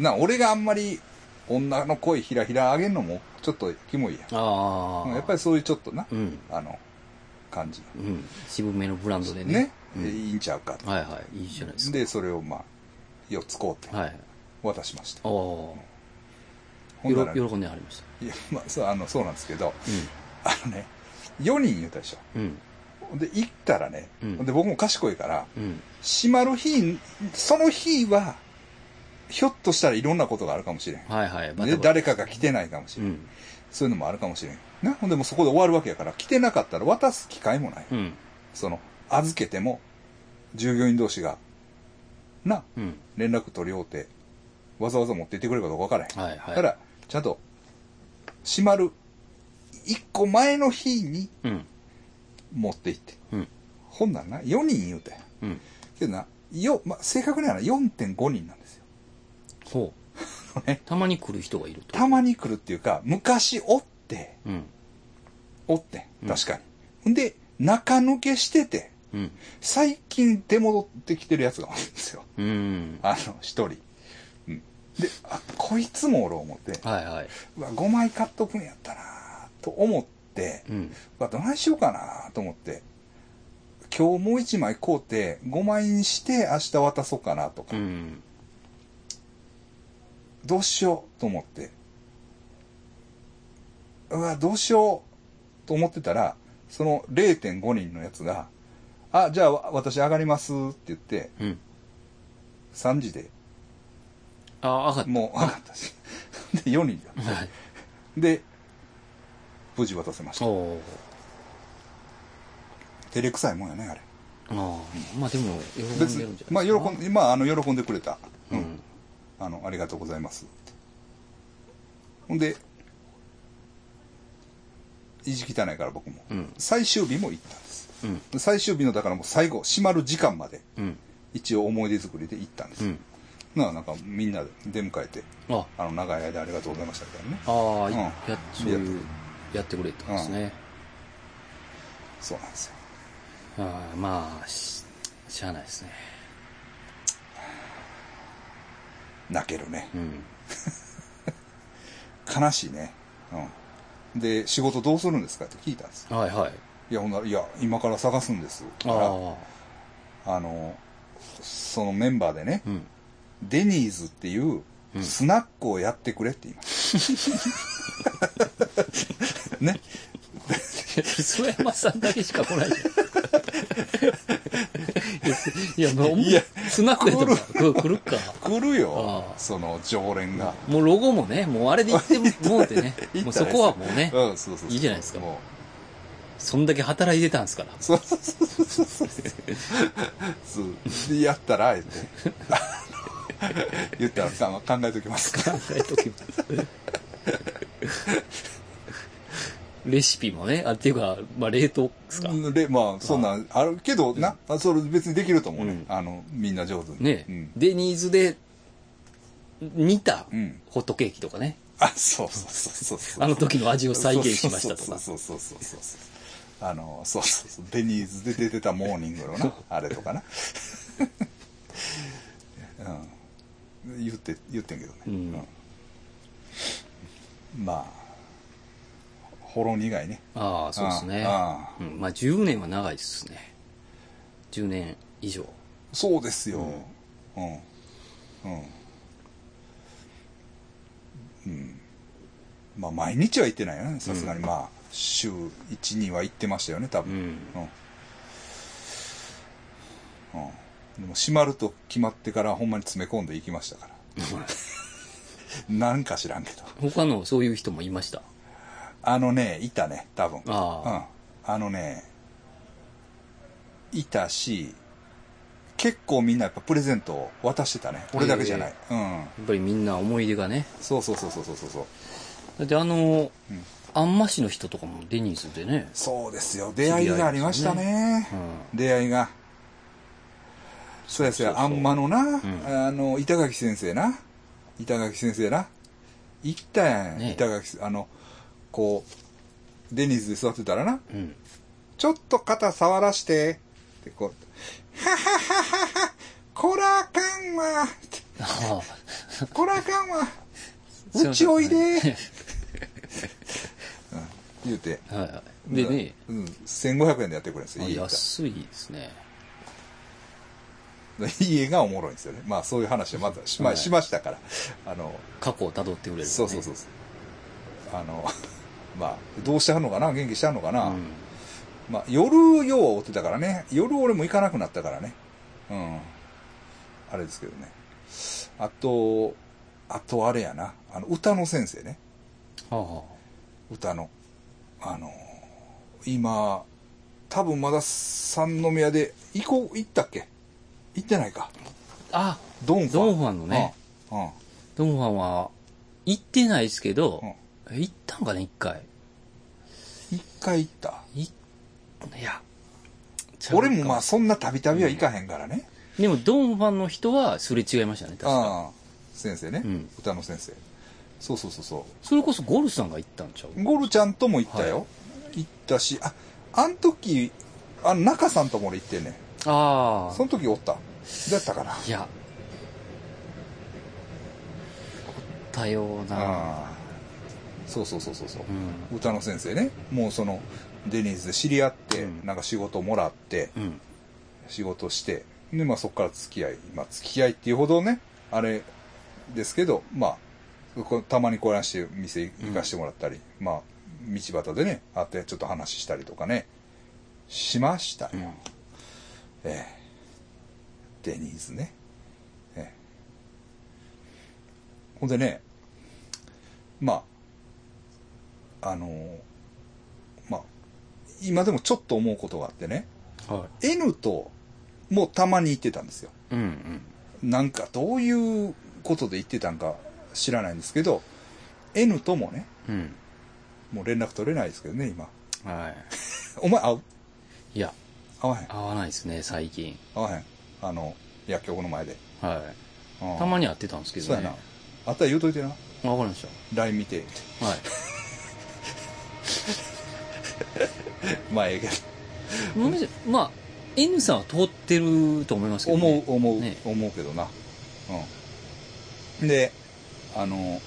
[SPEAKER 1] な、俺があんまり女の声ひらひら上げんのもちょっとキモいや
[SPEAKER 2] あ
[SPEAKER 1] ん。
[SPEAKER 2] あ。
[SPEAKER 1] やっぱりそういうちょっとな、
[SPEAKER 2] うん。
[SPEAKER 1] あの、感じ。
[SPEAKER 2] うん。渋めのブランドでね。
[SPEAKER 1] ね。
[SPEAKER 2] うん
[SPEAKER 1] いいんちゃうかと。
[SPEAKER 2] はいはい。いいじゃないですか。
[SPEAKER 1] で、それをまあ、4つ買うて
[SPEAKER 2] はい。
[SPEAKER 1] 渡しました。
[SPEAKER 2] ああ。
[SPEAKER 1] ほ
[SPEAKER 2] よ
[SPEAKER 1] んなら
[SPEAKER 2] ろ喜んでありました。
[SPEAKER 1] いや、まあ、そう、あの、そうなんですけど、あのね、4人言うたでしょ。
[SPEAKER 2] うん。うん。
[SPEAKER 1] で、行ったらね、
[SPEAKER 2] うん
[SPEAKER 1] で、僕も賢いから、
[SPEAKER 2] うん。
[SPEAKER 1] 閉まる日、その日は、ひょっとしたらいろんなことがあるかもしれん。
[SPEAKER 2] はいはい。
[SPEAKER 1] で、誰かが来てないかもし
[SPEAKER 2] う
[SPEAKER 1] れん。
[SPEAKER 2] ん。
[SPEAKER 1] そういうのもあるかもしれん。な、ほんでもうそこで終わるわけやから、来てなかったら渡す機会もない。
[SPEAKER 2] うん。
[SPEAKER 1] その、預けても、従業員同士が、な、
[SPEAKER 2] うん。
[SPEAKER 1] 連絡取り合うて、わざわざ持って行ってくれるかどうかわからへん。
[SPEAKER 2] はいはい。
[SPEAKER 1] だから、ちゃんと、閉まる、一個前の日に
[SPEAKER 2] うん。
[SPEAKER 1] 持って行って。
[SPEAKER 2] うん。
[SPEAKER 1] ほんなんな、4人言うて。
[SPEAKER 2] うん。
[SPEAKER 1] けどな、よ、まあ、正確にはな、4.5人なんですよ。
[SPEAKER 2] ほう。たまに来る人がいると。
[SPEAKER 1] たまに来るっていうか、昔おって、
[SPEAKER 2] うん。
[SPEAKER 1] おって
[SPEAKER 2] うん
[SPEAKER 1] ん、確かに。ん、で、中抜けしてて、
[SPEAKER 2] うん。
[SPEAKER 1] 最近出戻ってきてるやつがおるんですよ。
[SPEAKER 2] うん。
[SPEAKER 1] あの、一人。うん。で、あ、こいつもおる思って、
[SPEAKER 2] はいはい。
[SPEAKER 1] うわ、5枚買っとくんやったなと思って、
[SPEAKER 2] うん。
[SPEAKER 1] うわ、どないしようかなと思って、今日もう1枚買うて、5枚にして明日渡そうかなとか
[SPEAKER 2] う、ん。
[SPEAKER 1] どうしようと思って、うわ、どうしようと思ってたら、その0.5人のやつが、あ、じゃあわ私上がりますって言って、
[SPEAKER 2] うん。
[SPEAKER 1] 3時で
[SPEAKER 2] あ、上がっ
[SPEAKER 1] もう上がったし、で、4人だ。
[SPEAKER 2] た。はい。
[SPEAKER 1] で、無事渡せまし
[SPEAKER 2] お
[SPEAKER 1] た。
[SPEAKER 2] お。
[SPEAKER 1] 照れくさいもんやね、あれ。
[SPEAKER 2] ああ。まあでも、喜んでるん
[SPEAKER 1] 別
[SPEAKER 2] じゃない
[SPEAKER 1] に
[SPEAKER 2] です、か。
[SPEAKER 1] まあ、喜ん、まあ、あの、喜んでくれた。
[SPEAKER 2] う
[SPEAKER 1] うんん。あの、ありがとうございますって。ほんで、意地汚いから僕も。
[SPEAKER 2] うん
[SPEAKER 1] 最終日も行ったんです。
[SPEAKER 2] うん。
[SPEAKER 1] 最終日の、だからもう最後、閉まる時間まで、
[SPEAKER 2] うん。
[SPEAKER 1] 一応思い出作りで行ったんです。
[SPEAKER 2] うん。
[SPEAKER 1] なあなんかみんなで出迎えて、
[SPEAKER 2] あ、
[SPEAKER 1] あの、長い間ありがとうございましたみたいなね。
[SPEAKER 2] ああ、
[SPEAKER 1] うん
[SPEAKER 2] や、そういう、やってくれたんですね。
[SPEAKER 1] そうなんですよ。
[SPEAKER 2] ああ、まあ、し、しゃあないですね。
[SPEAKER 1] 泣けるね。
[SPEAKER 2] うん。
[SPEAKER 1] 悲しいね。うん。で、仕事どうするんですかって聞いたんです。
[SPEAKER 2] はいはい。
[SPEAKER 1] いや、ほんなら、いや、今から探すんです。
[SPEAKER 2] あ
[SPEAKER 1] から
[SPEAKER 2] あ。
[SPEAKER 1] あの、そのメンバーでね、
[SPEAKER 2] うん。
[SPEAKER 1] デニーズっていう
[SPEAKER 2] うん
[SPEAKER 1] スナックをやってくれって言います。 ね。
[SPEAKER 2] 磯山さんだけしか来ないじゃ ん。いや、まあ、おも
[SPEAKER 1] いや
[SPEAKER 2] スナックやったら来るか。
[SPEAKER 1] 来るよ
[SPEAKER 2] あ、あ
[SPEAKER 1] その常連が。
[SPEAKER 2] もうロゴもね、もうあれで言ってもうてね
[SPEAKER 1] 行ったらいい。です
[SPEAKER 2] もうそこはもうね、
[SPEAKER 1] うん、そうそうそう
[SPEAKER 2] いいじゃないですか
[SPEAKER 1] も
[SPEAKER 2] そんだけ働いてたんで すから。
[SPEAKER 1] う、そうそうそうそうそう。でやったら、えって。 言ったらあの考えときますか。
[SPEAKER 2] 考えときます。レシピもね、あ、っていうか、まあ冷凍ですか。
[SPEAKER 1] で、まあ、そんなんあるけど、な、あそれ別にできると思うね。
[SPEAKER 2] うん
[SPEAKER 1] あの、みんな上手に。
[SPEAKER 2] ね、
[SPEAKER 1] うん。
[SPEAKER 2] デニーズで煮た
[SPEAKER 1] うん
[SPEAKER 2] ホットケーキとかね、
[SPEAKER 1] あ、そうそうそうそうそう。
[SPEAKER 2] あの時の味を再現しましたとか。
[SPEAKER 1] そうそうそうそうそうそうあのそうそうそうデニーズで出てたモーニングの なあれとかな、うん、言って言ってんけどね、
[SPEAKER 2] うん
[SPEAKER 1] うんまあほろ苦いね
[SPEAKER 2] ああ、そうですね
[SPEAKER 1] あ。あ
[SPEAKER 2] うん、まあ10年は長いですね。10年以上。
[SPEAKER 1] そうですようんうんうん、まあ毎日は行ってないよねさすがに、まあ週12は行ってましたよね多
[SPEAKER 2] う
[SPEAKER 1] 分、
[SPEAKER 2] ん。
[SPEAKER 1] うん。うん。でも閉まると決まってからほんまに詰め込んでいきましたから。 なんか知らんけど。
[SPEAKER 2] 他のそういう人もいました。
[SPEAKER 1] あのね、いたね、多分。
[SPEAKER 2] あ
[SPEAKER 1] うん。あのね、いたし、結構みんなやっぱプレゼントを渡してたね。俺だけじゃない。うん。
[SPEAKER 2] やっぱりみんな思い出がね。
[SPEAKER 1] そうそうそうそうそうそう。
[SPEAKER 2] だってあの、
[SPEAKER 1] ん
[SPEAKER 2] あんま市の人とかもデニーズでね。
[SPEAKER 1] そうですよ。出会いがありましたね。
[SPEAKER 2] う
[SPEAKER 1] 出会いが。そうやそうや、
[SPEAKER 2] そうそう
[SPEAKER 1] あんまのな、
[SPEAKER 2] ん
[SPEAKER 1] あの、板垣先生な。板垣先生な。行ったやん。
[SPEAKER 2] ねえ
[SPEAKER 1] 板垣せ、あの、こう、デニーズで座ってたらな、
[SPEAKER 2] ん。うん。
[SPEAKER 1] ちょっと肩触らして、ってこう、ははははは、こらあかんわ、
[SPEAKER 2] ああ。
[SPEAKER 1] こらあかん わ、うちおいで、 うん、言うて。
[SPEAKER 2] はいはい。でね、
[SPEAKER 1] うん、1500円でやってくれるんですよ、
[SPEAKER 2] まあ
[SPEAKER 1] 家行ったら
[SPEAKER 2] 安いですね。
[SPEAKER 1] 家がおもろいんですよね。まあそういう話はまずし,、ま
[SPEAKER 2] は
[SPEAKER 1] あ、
[SPEAKER 2] い
[SPEAKER 1] しましたから。あの、
[SPEAKER 2] 過去を辿ってくれる、ね。
[SPEAKER 1] そうそうそうそう。あの、 まあ、どうしてはんのかな元気してはんのかな、
[SPEAKER 2] うん。
[SPEAKER 1] まあ夜、よう追ってたからね。夜俺も行かなくなったからね。うん。あれですけどね。あと、あとあれやな。あの、歌の先生ね。
[SPEAKER 2] はあは
[SPEAKER 1] 歌の。あの、今、多分まだ三宮で、行こう、行ったっけ行ってないか。
[SPEAKER 2] あ。あ、
[SPEAKER 1] ドンファン。
[SPEAKER 2] ドンファンのね
[SPEAKER 1] うん。うん
[SPEAKER 2] ドンファンは、行ってないですけど、
[SPEAKER 1] うん
[SPEAKER 2] え行ったんかね、一回。
[SPEAKER 1] 一回行った。
[SPEAKER 2] い、いや。ちゃう
[SPEAKER 1] 俺もまあそんなたびたびは行かへんからね。
[SPEAKER 2] でも、ドンファンの人はすれ違いましたね、確か。
[SPEAKER 1] ああ、先生ね、
[SPEAKER 2] うん
[SPEAKER 1] 歌の先生。そうそうそうそ
[SPEAKER 2] それこそゴルさんが行ったんちゃう
[SPEAKER 1] う。ゴルちゃんとも行ったよ。行ったし、あ、あん時、あ、中さんとも俺行ってんねん。
[SPEAKER 2] あ
[SPEAKER 1] そ
[SPEAKER 2] あ。
[SPEAKER 1] の時おった。だったかな。
[SPEAKER 2] いや。おったような。
[SPEAKER 1] ああ。そうそうそうそうそう
[SPEAKER 2] う。ん。
[SPEAKER 1] 歌の先生ね。もうその、デニーズで知り合って、
[SPEAKER 2] うん
[SPEAKER 1] なんか仕事もらって、
[SPEAKER 2] うん。
[SPEAKER 1] 仕事して、で、まあそこから付き合い、まあ付き合いっていうほどね、あれですけど、まあ、こたまにこうやして店行かしてもらったり、まあ、道端でね、会ってちょっと話したりとかね、しましたよ。
[SPEAKER 2] うん
[SPEAKER 1] ええデニーズね。ええほんでね、まあ、あのまあ、今でもちょっと思うことがあってね、
[SPEAKER 2] は
[SPEAKER 1] N ともたまに行ってたんですよ。
[SPEAKER 2] い。うんうん。
[SPEAKER 1] なんかどういうことで言ってたんか知らないんですけど、N ともね、
[SPEAKER 2] うん。
[SPEAKER 1] もう連絡取れないですけどね、今。
[SPEAKER 2] は
[SPEAKER 1] お前会う
[SPEAKER 2] い。いや、
[SPEAKER 1] 会わへん
[SPEAKER 2] 合わないですね、最近。
[SPEAKER 1] 会わへん。あの、薬局の前で。
[SPEAKER 2] はい。
[SPEAKER 1] うん
[SPEAKER 2] たまに会ってたんですけ
[SPEAKER 1] そう
[SPEAKER 2] ど
[SPEAKER 1] や
[SPEAKER 2] ね。
[SPEAKER 1] な。あったら言うといてな。
[SPEAKER 2] わかりまし
[SPEAKER 1] LINE 見て。
[SPEAKER 2] た。はい。
[SPEAKER 1] まあええけど。
[SPEAKER 2] まあまあ、N さんは通ってると思いますけど、
[SPEAKER 1] 思
[SPEAKER 2] ね
[SPEAKER 1] う、。思う、
[SPEAKER 2] ね
[SPEAKER 1] 思うけどな。うん。で、あの、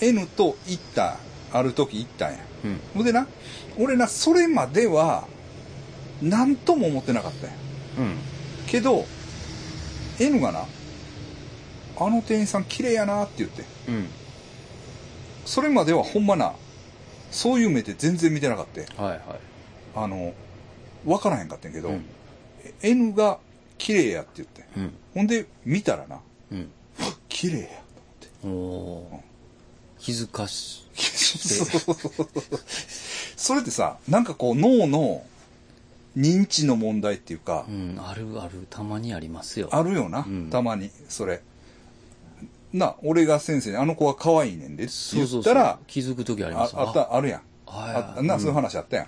[SPEAKER 1] N と行った、ある時行ったんや。
[SPEAKER 2] 思う。うん。
[SPEAKER 1] ほんでな、俺な、それまでは、なんとも思ってなかったんや。
[SPEAKER 2] うん。
[SPEAKER 1] けど、N がな、あの店員さん綺麗やなって言って。
[SPEAKER 2] うん。
[SPEAKER 1] それまではほんまな、そういう目で全然見てなかった。
[SPEAKER 2] はいは
[SPEAKER 1] あの、わからへんかったんやけ
[SPEAKER 2] い。
[SPEAKER 1] ど、
[SPEAKER 2] うん
[SPEAKER 1] N が綺麗やって言って。
[SPEAKER 2] うん。
[SPEAKER 1] ほんで、見たらな、
[SPEAKER 2] うん。
[SPEAKER 1] 綺麗や。
[SPEAKER 2] おお。気づかし。
[SPEAKER 1] そうそれってさ、なんかこう脳の認知の問題っていうか
[SPEAKER 2] う、ん、あるある、たまにありますよ。
[SPEAKER 1] あるよな、
[SPEAKER 2] うん
[SPEAKER 1] たまに、それ。な、俺が先生に、あの子は可愛いねんでって
[SPEAKER 2] そうそ
[SPEAKER 1] 言
[SPEAKER 2] う
[SPEAKER 1] っ
[SPEAKER 2] そ
[SPEAKER 1] た
[SPEAKER 2] う
[SPEAKER 1] ら、
[SPEAKER 2] 気づく時あり
[SPEAKER 1] あ
[SPEAKER 2] ます
[SPEAKER 1] あった、あるやん。
[SPEAKER 2] は
[SPEAKER 1] あ
[SPEAKER 2] い。
[SPEAKER 1] な、そういううん話あったやん。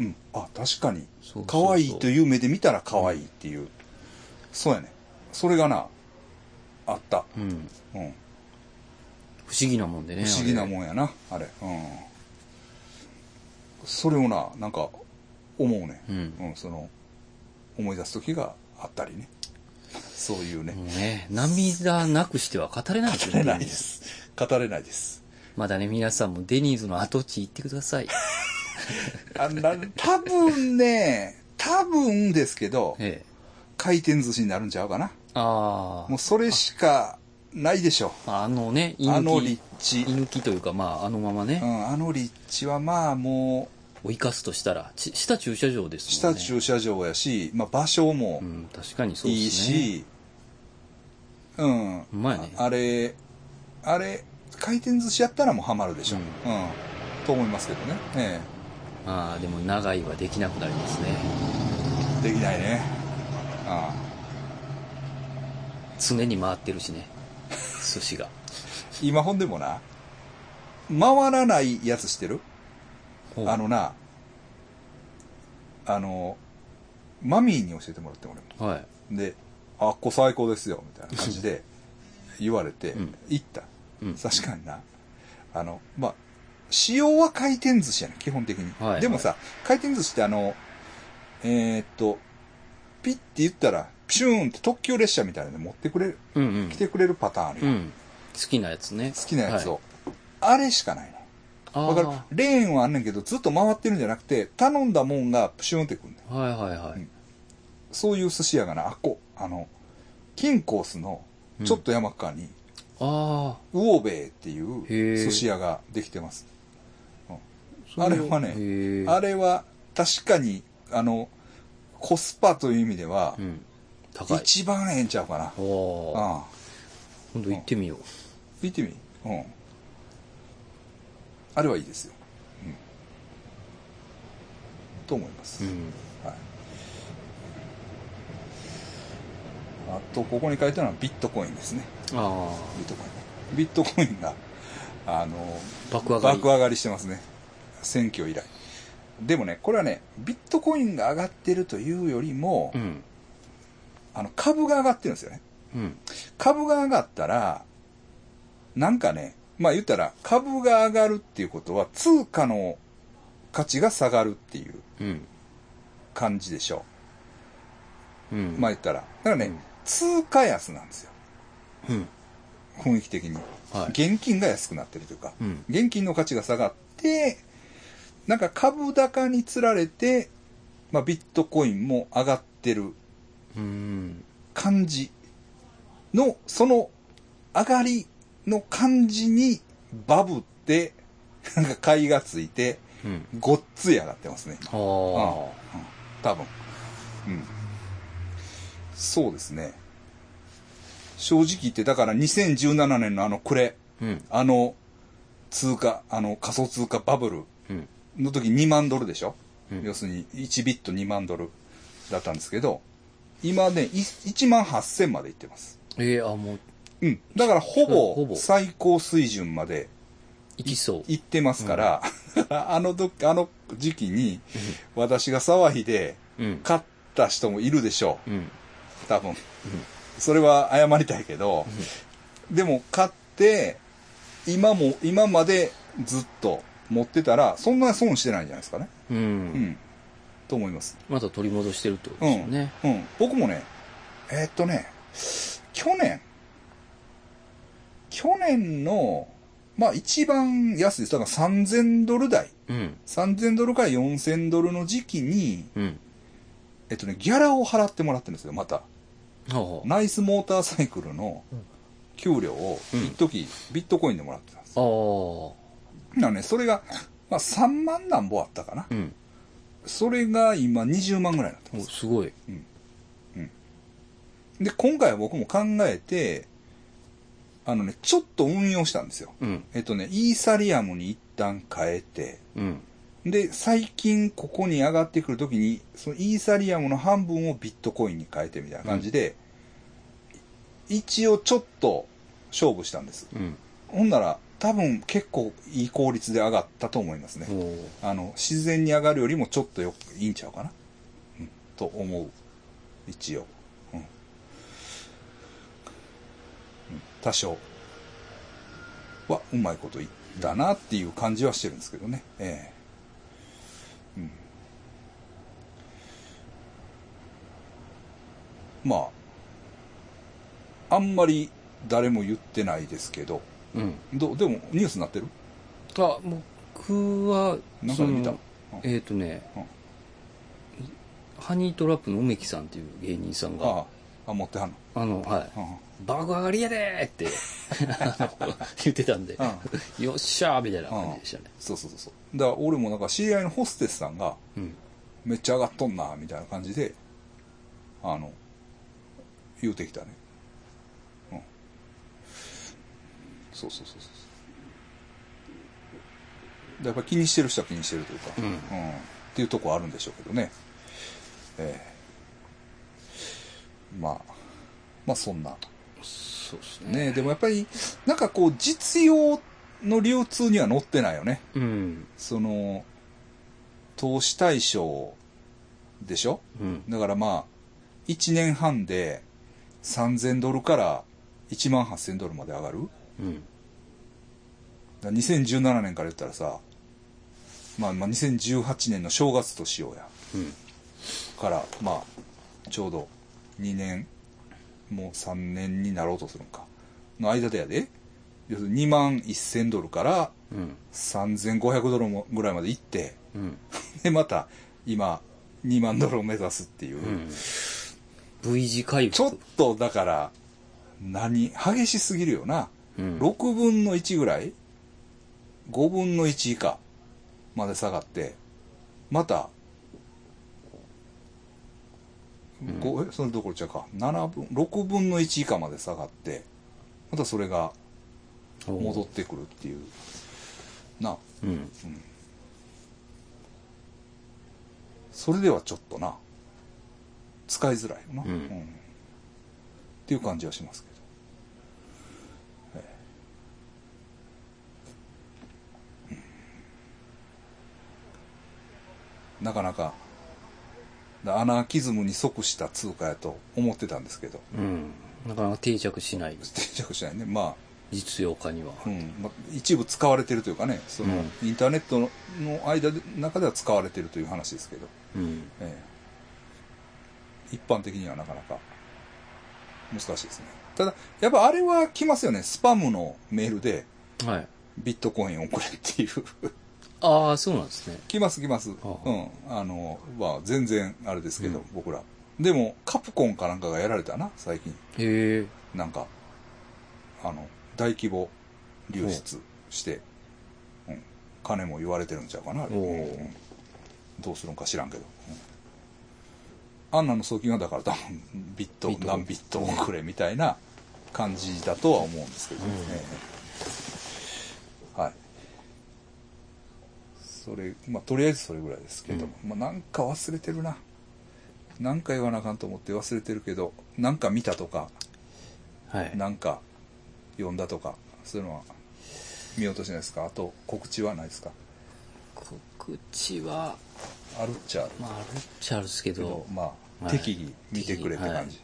[SPEAKER 1] うん。あ、確かに
[SPEAKER 2] そうそうそう。
[SPEAKER 1] 可愛いという目で見たら可愛いっていう。そうやね。それがな、あった。
[SPEAKER 2] うん。
[SPEAKER 1] うん。
[SPEAKER 2] 不思議なもんでね。
[SPEAKER 1] 不思議な
[SPEAKER 2] あれ
[SPEAKER 1] もんやな、あれ。うん。それをな、なんか、思うね。
[SPEAKER 2] うん
[SPEAKER 1] うん、その、思い出す時があったりね。そういうね。
[SPEAKER 2] もうね、涙なくしては語れないですよ
[SPEAKER 1] 語れないで。す。語れないです。
[SPEAKER 2] まだね、皆さんもデニーズの跡地行ってください。
[SPEAKER 1] あな多分ね、多分ですけど、
[SPEAKER 2] ええ。
[SPEAKER 1] 回転寿司になるんちゃうかな。
[SPEAKER 2] あ
[SPEAKER 1] もうそれしかないでしょ
[SPEAKER 2] あ。あのね、
[SPEAKER 1] う。あの立
[SPEAKER 2] 犬
[SPEAKER 1] 地。
[SPEAKER 2] 犬きというか、まあ、あのまま
[SPEAKER 1] う
[SPEAKER 2] ね、
[SPEAKER 1] ん、あの立地はまあも
[SPEAKER 2] を生かすとしたら、ち下駐車場で
[SPEAKER 1] う、
[SPEAKER 2] すも
[SPEAKER 1] 下
[SPEAKER 2] んね。
[SPEAKER 1] 駐車場やし、まあ場所も
[SPEAKER 2] うん、確かにそうですね。
[SPEAKER 1] いいし、うん。
[SPEAKER 2] ほんまやね
[SPEAKER 1] ああれ、あれ、回転寿司やったらもうハマるでしょ。
[SPEAKER 2] う
[SPEAKER 1] うんん。と思いますけどね。え
[SPEAKER 2] まあ、でも長いはできなくなりますね。
[SPEAKER 1] え。できないね。ああ。
[SPEAKER 2] 常に回ってる しね、寿司が。
[SPEAKER 1] 今ほんでもな、回らないやつしてる
[SPEAKER 2] ほう
[SPEAKER 1] あ、のな、あの、マミーに教えてもらって俺も。
[SPEAKER 2] はい。
[SPEAKER 1] で、あっこ最高ですよ、みたいな感じ で言われて
[SPEAKER 2] うん、
[SPEAKER 1] 行った。
[SPEAKER 2] うん
[SPEAKER 1] 確かにな。あの、まあ、仕様は回転寿司やね基本的に。
[SPEAKER 2] はい
[SPEAKER 1] でもさ、回転寿司ってあの、えーっと、ピッて言ったら、ピシューンって特急列車みたいなの持ってくれる、
[SPEAKER 2] うんうん
[SPEAKER 1] 来。てくれるパターンある
[SPEAKER 2] う
[SPEAKER 1] よ
[SPEAKER 2] ん。好きなやつね。
[SPEAKER 1] 好きなやつ
[SPEAKER 2] はい
[SPEAKER 1] を。あれしかないね。
[SPEAKER 2] あ
[SPEAKER 1] わかるレーンはあんねんけど、ずっと回ってるんじゃなくて、頼んだもんがプシュンってくんねん。
[SPEAKER 2] ーはいはいは
[SPEAKER 1] う
[SPEAKER 2] い
[SPEAKER 1] ん。そういう寿司屋がな、あっこ、あの、金コースのちょっと山っかに、
[SPEAKER 2] ああ。
[SPEAKER 1] ウオベイっていう
[SPEAKER 2] へー
[SPEAKER 1] 寿司屋ができてます。
[SPEAKER 2] そ
[SPEAKER 1] あれはね
[SPEAKER 2] へー
[SPEAKER 1] あれは、確かに、あの、コスパという意味では
[SPEAKER 2] う、ん。高い。
[SPEAKER 1] 一番ええんちゃうかな。
[SPEAKER 2] おあ。
[SPEAKER 1] ああ。
[SPEAKER 2] 今度行ってみよう。
[SPEAKER 1] 見てみ。うん。あれはいいですよ。うん。と思います。
[SPEAKER 2] うん。
[SPEAKER 1] はい。あと、ここに書いてあるのはビットコインですね。
[SPEAKER 2] あ
[SPEAKER 1] ビットコイン。ビットコインが、あの、
[SPEAKER 2] あ。爆上がり。
[SPEAKER 1] 爆上がりしてますね。選挙以来。でもね、これはね、ビットコインが上がってるというよりも、
[SPEAKER 2] うん。
[SPEAKER 1] あの、株が上がってるんですよね。
[SPEAKER 2] うん。
[SPEAKER 1] 株が上がったら、なんかね、まあ言ったら、株が上がるっていうことは、通貨の価値が下がるっていう
[SPEAKER 2] うん。
[SPEAKER 1] 感じでしょ
[SPEAKER 2] うん。
[SPEAKER 1] う。まあ言ったら。だからね、
[SPEAKER 2] うん
[SPEAKER 1] 通貨安なんですよ。
[SPEAKER 2] うん。
[SPEAKER 1] 雰囲気的に。
[SPEAKER 2] はい
[SPEAKER 1] 現金が安くなってるというか、
[SPEAKER 2] うん
[SPEAKER 1] 現金の価値が下がって、なんか株高につられて、まあビットコインも上がってる
[SPEAKER 2] うん。
[SPEAKER 1] 感じの、その上がりの感じにバブって、なんか買いがついて、
[SPEAKER 2] うん。
[SPEAKER 1] ごっつい上がってますね。
[SPEAKER 2] ああ。
[SPEAKER 1] 多分。うん。そうですね。正直言って、だから2017年のあの暮れ、
[SPEAKER 2] うん。
[SPEAKER 1] あの通貨、あの仮想通貨バブル
[SPEAKER 2] うん。
[SPEAKER 1] の時2万ドルでしょ、
[SPEAKER 2] うん
[SPEAKER 1] 要するに1ビット2万ドルだったんですけど、今ね、い1万8000までいってます。
[SPEAKER 2] ええあ、もう、
[SPEAKER 1] うん。だからほ
[SPEAKER 2] ほ
[SPEAKER 1] ぼ
[SPEAKER 2] ぼ
[SPEAKER 1] 最高水準まで
[SPEAKER 2] 行きそう。
[SPEAKER 1] 行ってますから、 あの時、あの時期に私が騒いで
[SPEAKER 2] うん。
[SPEAKER 1] 勝った人もいるでしょう。
[SPEAKER 2] うん。
[SPEAKER 1] 多分、それは謝りたいけど、でも買って今も今までずっと持ってたらそんな損してないんじゃないですかね
[SPEAKER 2] う
[SPEAKER 1] うん、
[SPEAKER 2] ん。
[SPEAKER 1] と思います
[SPEAKER 2] まだ取り戻してるってこと
[SPEAKER 1] う
[SPEAKER 2] ですよ
[SPEAKER 1] ん、
[SPEAKER 2] ね。
[SPEAKER 1] うん、僕もねえーっとね去年去年のまあ一番安いですだから3000ドル台
[SPEAKER 2] うん。
[SPEAKER 1] 3000ドルから4000ドルの時期に
[SPEAKER 2] うん。
[SPEAKER 1] えっとねギャラを払ってもらってるんですよまた
[SPEAKER 2] はあ。
[SPEAKER 1] ナイスモーターサイクルの給料を
[SPEAKER 2] うん
[SPEAKER 1] 一時ビットコインでもらってたんです。
[SPEAKER 2] ああ。
[SPEAKER 1] だからね、それが、まあ3万なんぼあったかな。
[SPEAKER 2] うん。
[SPEAKER 1] それが今20万ぐらいになって
[SPEAKER 2] お
[SPEAKER 1] ます。
[SPEAKER 2] すごい。
[SPEAKER 1] で、今回は僕も考えて、あのね、ちょっと運用したんですよ。
[SPEAKER 2] うん。
[SPEAKER 1] えっとね、イーサリアムに一旦変えて、
[SPEAKER 2] うん。
[SPEAKER 1] で、最近ここに上がってくるときに、そのイーサリアムの半分をビットコインに変えてみたいな感じで、一応ちょっと勝負したんです。
[SPEAKER 2] うん。
[SPEAKER 1] ほんなら、多分結構いい効率で上がったと思いますね。
[SPEAKER 2] おー
[SPEAKER 1] あの、自然に上がるよりもちょっとよいいんちゃうかな。うん、と思う。一応。うん。うん多少は、うまいこといったなっていう感じはしてるんですけどね。ええ。うん。まあ、あんまり誰も言ってないですけど、
[SPEAKER 2] うん。
[SPEAKER 1] どでもニュースになってる
[SPEAKER 2] あ、僕は、
[SPEAKER 1] なんか
[SPEAKER 2] そ
[SPEAKER 1] で見た
[SPEAKER 2] の、えっ、とね、ハニートラップの梅木さんっていう芸人さんが、
[SPEAKER 1] あああ持ってはんの
[SPEAKER 2] あの、はい。
[SPEAKER 1] うん
[SPEAKER 2] 爆上がりやでーって あの言ってたんで、よっしゃーみたいな感じでしたね。
[SPEAKER 1] そうそうそうそうだから俺もなんか知り合いのホステスさんが
[SPEAKER 2] うん。
[SPEAKER 1] めっちゃ上がっとんなみたいな感じであの言うてきたねうんそうそうそうそうそうやっぱ気にしてる人は気にしてるというか、
[SPEAKER 2] うん
[SPEAKER 1] っていうとこあるんでしょうけどねええまあまあそんな
[SPEAKER 2] そうですね。
[SPEAKER 1] ねでもやっぱり、なんかこう、実用の流通には乗ってないよね。
[SPEAKER 2] うん。
[SPEAKER 1] その、投資対象でしょ
[SPEAKER 2] うん。
[SPEAKER 1] だからまあ、1年半で3000ドルから1万8000ドルまで上がる
[SPEAKER 2] うん。
[SPEAKER 1] だから2017年から言ったらさ、まあ、まあ2018年の正月としようや。
[SPEAKER 2] うん。
[SPEAKER 1] から、まあ、ちょうど2年、もう3年になろうとするんか。の間でやで。要するに2万1000ドルから
[SPEAKER 2] うん。
[SPEAKER 1] 3500ドルもぐらいまで行って、
[SPEAKER 2] うん。
[SPEAKER 1] で、また今2万ドルを目指すっていう。
[SPEAKER 2] うん。V 字回復。
[SPEAKER 1] ちょっとだから、何、激しすぎるよな。
[SPEAKER 2] うん。
[SPEAKER 1] 6分の1ぐらい ?5 分の1以下まで下がって、また、ごえそれどころちゃうか7分6分の1以下まで下がってまたそれが戻ってくるっていうな
[SPEAKER 2] うん。
[SPEAKER 1] それではちょっとな使いづらいよな、
[SPEAKER 2] うん
[SPEAKER 1] っていう感じはしますけど、ええうんなかなかアナーキズムに即した通貨やと思ってたんですけど
[SPEAKER 2] うん。なかなか定着しない。
[SPEAKER 1] 定着しないねま
[SPEAKER 2] 実用化には。
[SPEAKER 1] あ、うんまあ、一部使われてるというかねその、
[SPEAKER 2] う
[SPEAKER 1] インターネットのの間で中では使われてるという話ですけど
[SPEAKER 2] うん。
[SPEAKER 1] ええ、一般的にはなかなか難しいですね。ただ、やっぱあれは来ますよね。スパムのメールで
[SPEAKER 2] はい。
[SPEAKER 1] ビットコインをくれっていう。
[SPEAKER 2] ああ、そうなんですね。
[SPEAKER 1] 来ます来ます。
[SPEAKER 2] ああ
[SPEAKER 1] うん。あの、まあ全然あれですけど、
[SPEAKER 2] うん
[SPEAKER 1] 僕ら。でも、カプコンかなんかがやられたな、最近。
[SPEAKER 2] へえ。
[SPEAKER 1] なんか、あの、大規模流出して、うん。金も言われてるんちゃうかな、あれ
[SPEAKER 2] お
[SPEAKER 1] う
[SPEAKER 2] ー
[SPEAKER 1] んどうするんか知らんけど、うん、アンナの送金はだから多分ビット
[SPEAKER 2] ビット
[SPEAKER 1] 何ビットくれみたいな感じだとは思うんですけど、ねはいそれまあとりあえずそれぐらいですけど、まあ、なんか忘れてるななんか言わなあかんと思って忘れてるけどなんか見たとか
[SPEAKER 2] はい。
[SPEAKER 1] なんか読んだとかそういうのは見落としないですかあと告知はないですか
[SPEAKER 2] 告知は、
[SPEAKER 1] あるっちゃある
[SPEAKER 2] まあ、あるっちゃあるんですけ
[SPEAKER 1] けど
[SPEAKER 2] ど、
[SPEAKER 1] まあ、
[SPEAKER 2] はい
[SPEAKER 1] 適宜見てくれって感じ、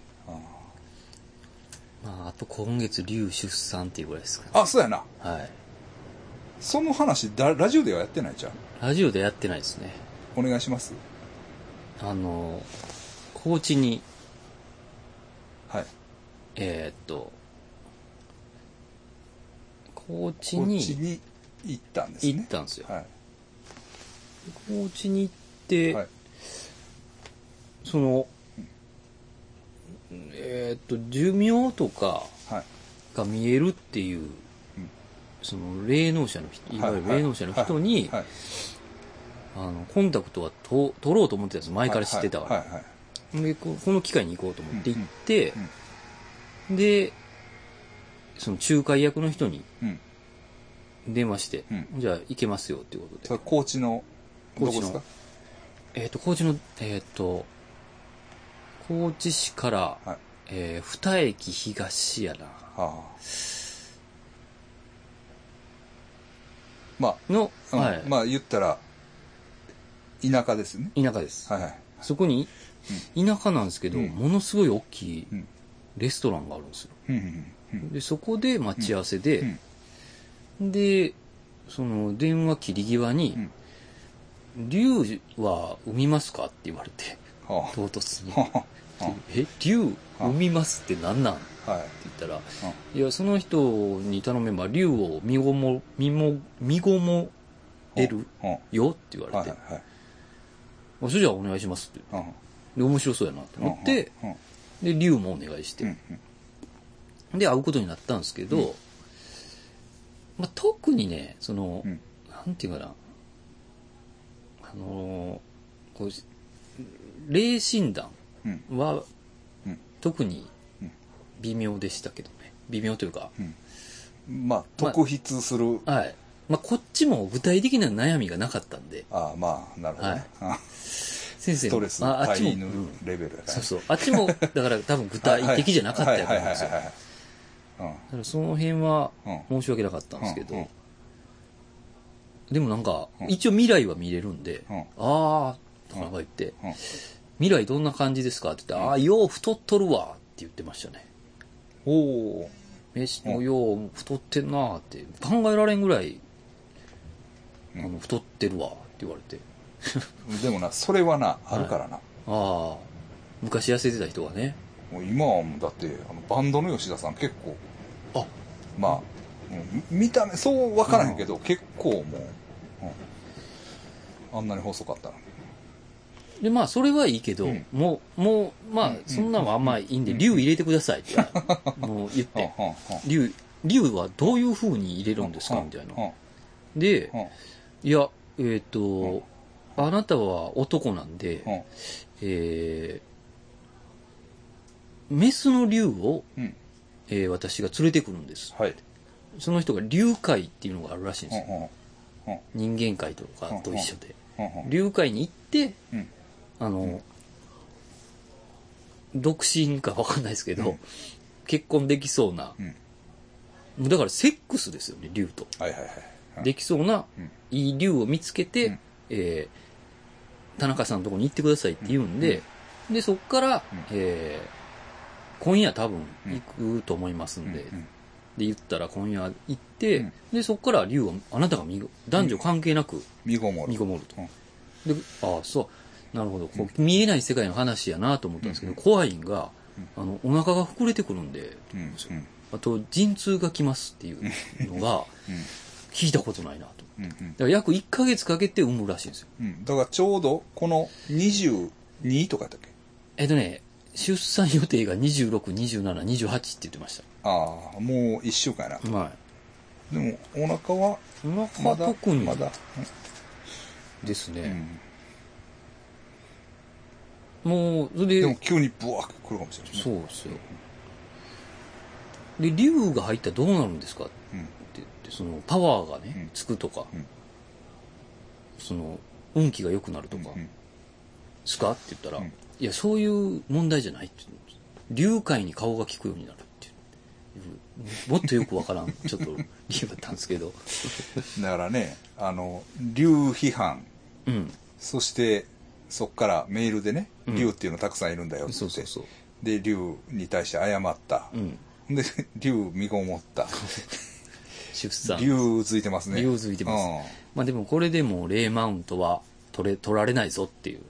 [SPEAKER 2] まあ、あと今月、龍出産っていうぐらいですかね。
[SPEAKER 1] ああそうやな
[SPEAKER 2] はい。
[SPEAKER 1] その話だラジオではやってないじゃん
[SPEAKER 2] ラジオでやってないですね。
[SPEAKER 1] お願いします
[SPEAKER 2] あの、高知に、
[SPEAKER 1] はい
[SPEAKER 2] えーっと、高知
[SPEAKER 1] こっち
[SPEAKER 2] に
[SPEAKER 1] に行ったんですね
[SPEAKER 2] 行ったんですよ。
[SPEAKER 1] は
[SPEAKER 2] 高知に行っ
[SPEAKER 1] い、
[SPEAKER 2] て、
[SPEAKER 1] はい、
[SPEAKER 2] その、えーっと、寿命とか
[SPEAKER 1] はい
[SPEAKER 2] が見えるっていう、
[SPEAKER 1] うん
[SPEAKER 2] その霊能者の人、いわゆる霊能者の人に、
[SPEAKER 1] はいはい
[SPEAKER 2] あの、コンタクトはと取ろうと思ってたんです。前から知ってたから。
[SPEAKER 1] はいはいはい
[SPEAKER 2] でここの機会に行こうと思って行って、
[SPEAKER 1] うんうん
[SPEAKER 2] で、その仲介役の人に
[SPEAKER 1] うん
[SPEAKER 2] 電話して、
[SPEAKER 1] う
[SPEAKER 2] じゃあ行けますよっていうこと
[SPEAKER 1] そ
[SPEAKER 2] で
[SPEAKER 1] れ。高知のどこです
[SPEAKER 2] 高
[SPEAKER 1] か
[SPEAKER 2] 知えっ、と、高知の、えっ、と、高知市から、
[SPEAKER 1] はい
[SPEAKER 2] えー二駅東やな、
[SPEAKER 1] はあまあ
[SPEAKER 2] の、
[SPEAKER 1] うん
[SPEAKER 2] はい、
[SPEAKER 1] まあ言ったら、田舎ですね。
[SPEAKER 2] 田舎です。
[SPEAKER 1] はいはい。
[SPEAKER 2] そこに、田舎なんですけど、
[SPEAKER 1] うん
[SPEAKER 2] ものすごい大きい
[SPEAKER 1] うん
[SPEAKER 2] レストランがあるんですよ。
[SPEAKER 1] うんうんうん
[SPEAKER 2] で、そこで待ち合わせで、
[SPEAKER 1] うん
[SPEAKER 2] で、その、電話切り際に、竜は産みますかって言われて、
[SPEAKER 1] は
[SPEAKER 2] 唐突に
[SPEAKER 1] あ。。はあは
[SPEAKER 2] え、竜産みますってなんなんって
[SPEAKER 1] あはい。
[SPEAKER 2] 言ったら、いや、その人に頼めば竜を身ごも、身も、身ごもれる
[SPEAKER 1] うんは
[SPEAKER 2] よって言
[SPEAKER 1] いは
[SPEAKER 2] わ
[SPEAKER 1] い
[SPEAKER 2] れて、
[SPEAKER 1] はい。
[SPEAKER 2] あそれじゃあお願いしますって。
[SPEAKER 1] うん
[SPEAKER 2] で、面白そうやなって思って、
[SPEAKER 1] うんうん
[SPEAKER 2] で、竜もお願いし
[SPEAKER 1] うん
[SPEAKER 2] て、で、会うことになったんですけ
[SPEAKER 1] うん
[SPEAKER 2] ど、まあ、特にね、その
[SPEAKER 1] う、ん
[SPEAKER 2] なんていうかな、あのー、こう、霊診断
[SPEAKER 1] うん
[SPEAKER 2] は
[SPEAKER 1] うん、
[SPEAKER 2] 特に
[SPEAKER 1] うん
[SPEAKER 2] 微妙でしたけどね。微妙というか、
[SPEAKER 1] うんまあ、特筆する。
[SPEAKER 2] はい。まあ、こっちも具体的な悩みがなかったんで、
[SPEAKER 1] ああ、まあ、なるほどね。あ
[SPEAKER 2] 先
[SPEAKER 1] ス
[SPEAKER 2] 生の
[SPEAKER 1] トレス
[SPEAKER 2] ああっち
[SPEAKER 1] 耐
[SPEAKER 2] も、
[SPEAKER 1] えぬ
[SPEAKER 2] うん
[SPEAKER 1] レベルやから
[SPEAKER 2] そう
[SPEAKER 1] ね。
[SPEAKER 2] そう。あっちも、だから多分具体的じゃなかったやと
[SPEAKER 1] はい
[SPEAKER 2] 思うん
[SPEAKER 1] はい
[SPEAKER 2] で
[SPEAKER 1] はい
[SPEAKER 2] すよ。
[SPEAKER 1] はい
[SPEAKER 2] だ
[SPEAKER 1] はい。うん
[SPEAKER 2] からその辺は
[SPEAKER 1] うん
[SPEAKER 2] 申し訳なかったんですけ
[SPEAKER 1] うんうん
[SPEAKER 2] ど、でもなんか
[SPEAKER 1] う、ん
[SPEAKER 2] 一応未来は見れるんで
[SPEAKER 1] うん、
[SPEAKER 2] あー、とかなんか言って、
[SPEAKER 1] うん
[SPEAKER 2] 未来どんな感じですかって言って、ああ、よう太っとるわって言ってましたね。
[SPEAKER 1] おー
[SPEAKER 2] 飯もよう太ってんなーって、考えられんぐらい、あの、太ってるわって言われて。
[SPEAKER 1] でもな、それはな、あるからな。
[SPEAKER 2] ああ、昔痩せてた人がね。
[SPEAKER 1] もう今はもうだって、あのバンドの吉田さん結構、
[SPEAKER 2] あ、
[SPEAKER 1] まあ、うん見た目、そう分からへんけど、結構もう、うんあんなに細かったのに。
[SPEAKER 2] で、まあ、それはいいけど、
[SPEAKER 1] うん
[SPEAKER 2] もう、もう、まあ
[SPEAKER 1] うん、
[SPEAKER 2] そんなんはあんまいいんで、竜入れてくださいって、 もう言っ
[SPEAKER 1] うん
[SPEAKER 2] て、
[SPEAKER 1] うんうん
[SPEAKER 2] 竜、竜はどういう風に入れるんですかみたいな
[SPEAKER 1] う。ん
[SPEAKER 2] で、いや、えっ、
[SPEAKER 1] うん
[SPEAKER 2] と、あなたは男なんで、
[SPEAKER 1] うん
[SPEAKER 2] えー、メスの竜を、
[SPEAKER 1] うん
[SPEAKER 2] えー私が連れてくるんです。
[SPEAKER 1] はい。
[SPEAKER 2] その人が竜界っていうのがあるらしいん
[SPEAKER 1] う
[SPEAKER 2] で
[SPEAKER 1] ん
[SPEAKER 2] す
[SPEAKER 1] う
[SPEAKER 2] よ。
[SPEAKER 1] んうん
[SPEAKER 2] 人間界とかと一緒で。
[SPEAKER 1] うん
[SPEAKER 2] 竜界に行って、
[SPEAKER 1] うん
[SPEAKER 2] あの、独身かわかんないですけど、
[SPEAKER 1] うん
[SPEAKER 2] 結婚できそうな、
[SPEAKER 1] うん
[SPEAKER 2] もうだからセックスですよね、竜と。
[SPEAKER 1] はいはいはい。うん
[SPEAKER 2] できそうな、
[SPEAKER 1] うん
[SPEAKER 2] いい竜を見つけて、
[SPEAKER 1] うん
[SPEAKER 2] えー田中さんのとこに行ってくださいって言うんで、で、そっから、えー今夜多分行くと思いますんで、
[SPEAKER 1] うんうん
[SPEAKER 2] で、言ったら今夜行って、
[SPEAKER 1] うん
[SPEAKER 2] で、そっから竜はあなたが見ご男女関係なく
[SPEAKER 1] 見ごもる。
[SPEAKER 2] 見ごもると。
[SPEAKER 1] うん
[SPEAKER 2] で、ああ、そう、なるほど、こう見えない世界の話やなと思ったんですけど、怖いんが、あの、お腹が膨れてくるんで、
[SPEAKER 1] うんうん
[SPEAKER 2] あと、陣痛が来ますっていうのが、聞いたことないなと。
[SPEAKER 1] うんうん
[SPEAKER 2] だから約1ヶ月かけて産むらしいんですよ。
[SPEAKER 1] うんだからちょうど、この22とかやったっけ
[SPEAKER 2] えっとね、出産予定が26、27、28って言ってまし
[SPEAKER 1] ああ、もう1週間やな。
[SPEAKER 2] た。は
[SPEAKER 1] でも、お腹は、
[SPEAKER 2] お
[SPEAKER 1] ま
[SPEAKER 2] 腹
[SPEAKER 1] だ、
[SPEAKER 2] 特に
[SPEAKER 1] まだ、
[SPEAKER 2] です
[SPEAKER 1] う
[SPEAKER 2] ね。
[SPEAKER 1] ん。
[SPEAKER 2] もう、それ
[SPEAKER 1] で
[SPEAKER 2] で
[SPEAKER 1] も、、急にブワーッ来るかもしれない、ね。
[SPEAKER 2] そうですよ。で、竜が入ったらどうなるんですかって
[SPEAKER 1] うん。
[SPEAKER 2] 言って、その、パワーが
[SPEAKER 1] うん
[SPEAKER 2] ね、つくとか、
[SPEAKER 1] うん
[SPEAKER 2] その、運気が良くなるとか、
[SPEAKER 1] うん。
[SPEAKER 2] ですかって言ったら、
[SPEAKER 1] うん
[SPEAKER 2] いや、そういう問題じゃないって言うんです。竜界に顔が利くようになるっていう。もっとよくわからん、ちょっと 理由だったんですけど。
[SPEAKER 1] だからね、あの、竜批判、
[SPEAKER 2] うん。
[SPEAKER 1] そして、そっからメールでね、
[SPEAKER 2] うん
[SPEAKER 1] 竜っていうのたくさんいるんだよって
[SPEAKER 2] そ
[SPEAKER 1] 言
[SPEAKER 2] う
[SPEAKER 1] って、
[SPEAKER 2] そうそう。
[SPEAKER 1] で、竜に対して謝った。
[SPEAKER 2] うん。
[SPEAKER 1] で、 竜見ごもった。
[SPEAKER 2] 出産。
[SPEAKER 1] 竜ついてますね。
[SPEAKER 2] 竜付いてます
[SPEAKER 1] うん
[SPEAKER 2] まあでもこれでもレイマウントは取れ、取られないぞっていう。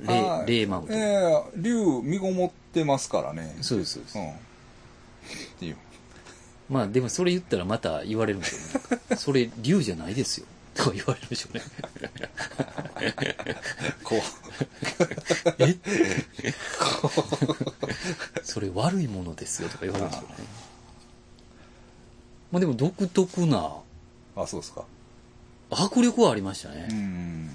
[SPEAKER 2] レ
[SPEAKER 1] はい
[SPEAKER 2] イ、レイマウント。
[SPEAKER 1] ええ竜見ごもってますからね。
[SPEAKER 2] そうです、そうです。
[SPEAKER 1] うん。っていう。
[SPEAKER 2] まあでもそれ言ったらまた言われるんでしょうねなん か。それ竜じゃないですよ。とか言われるんでしょうね。
[SPEAKER 1] こう。
[SPEAKER 2] えそれ悪いものですよとか言われるんですよね。まあでも独特な
[SPEAKER 1] あ、そうですか。
[SPEAKER 2] 迫力はありましたね
[SPEAKER 1] う。ん。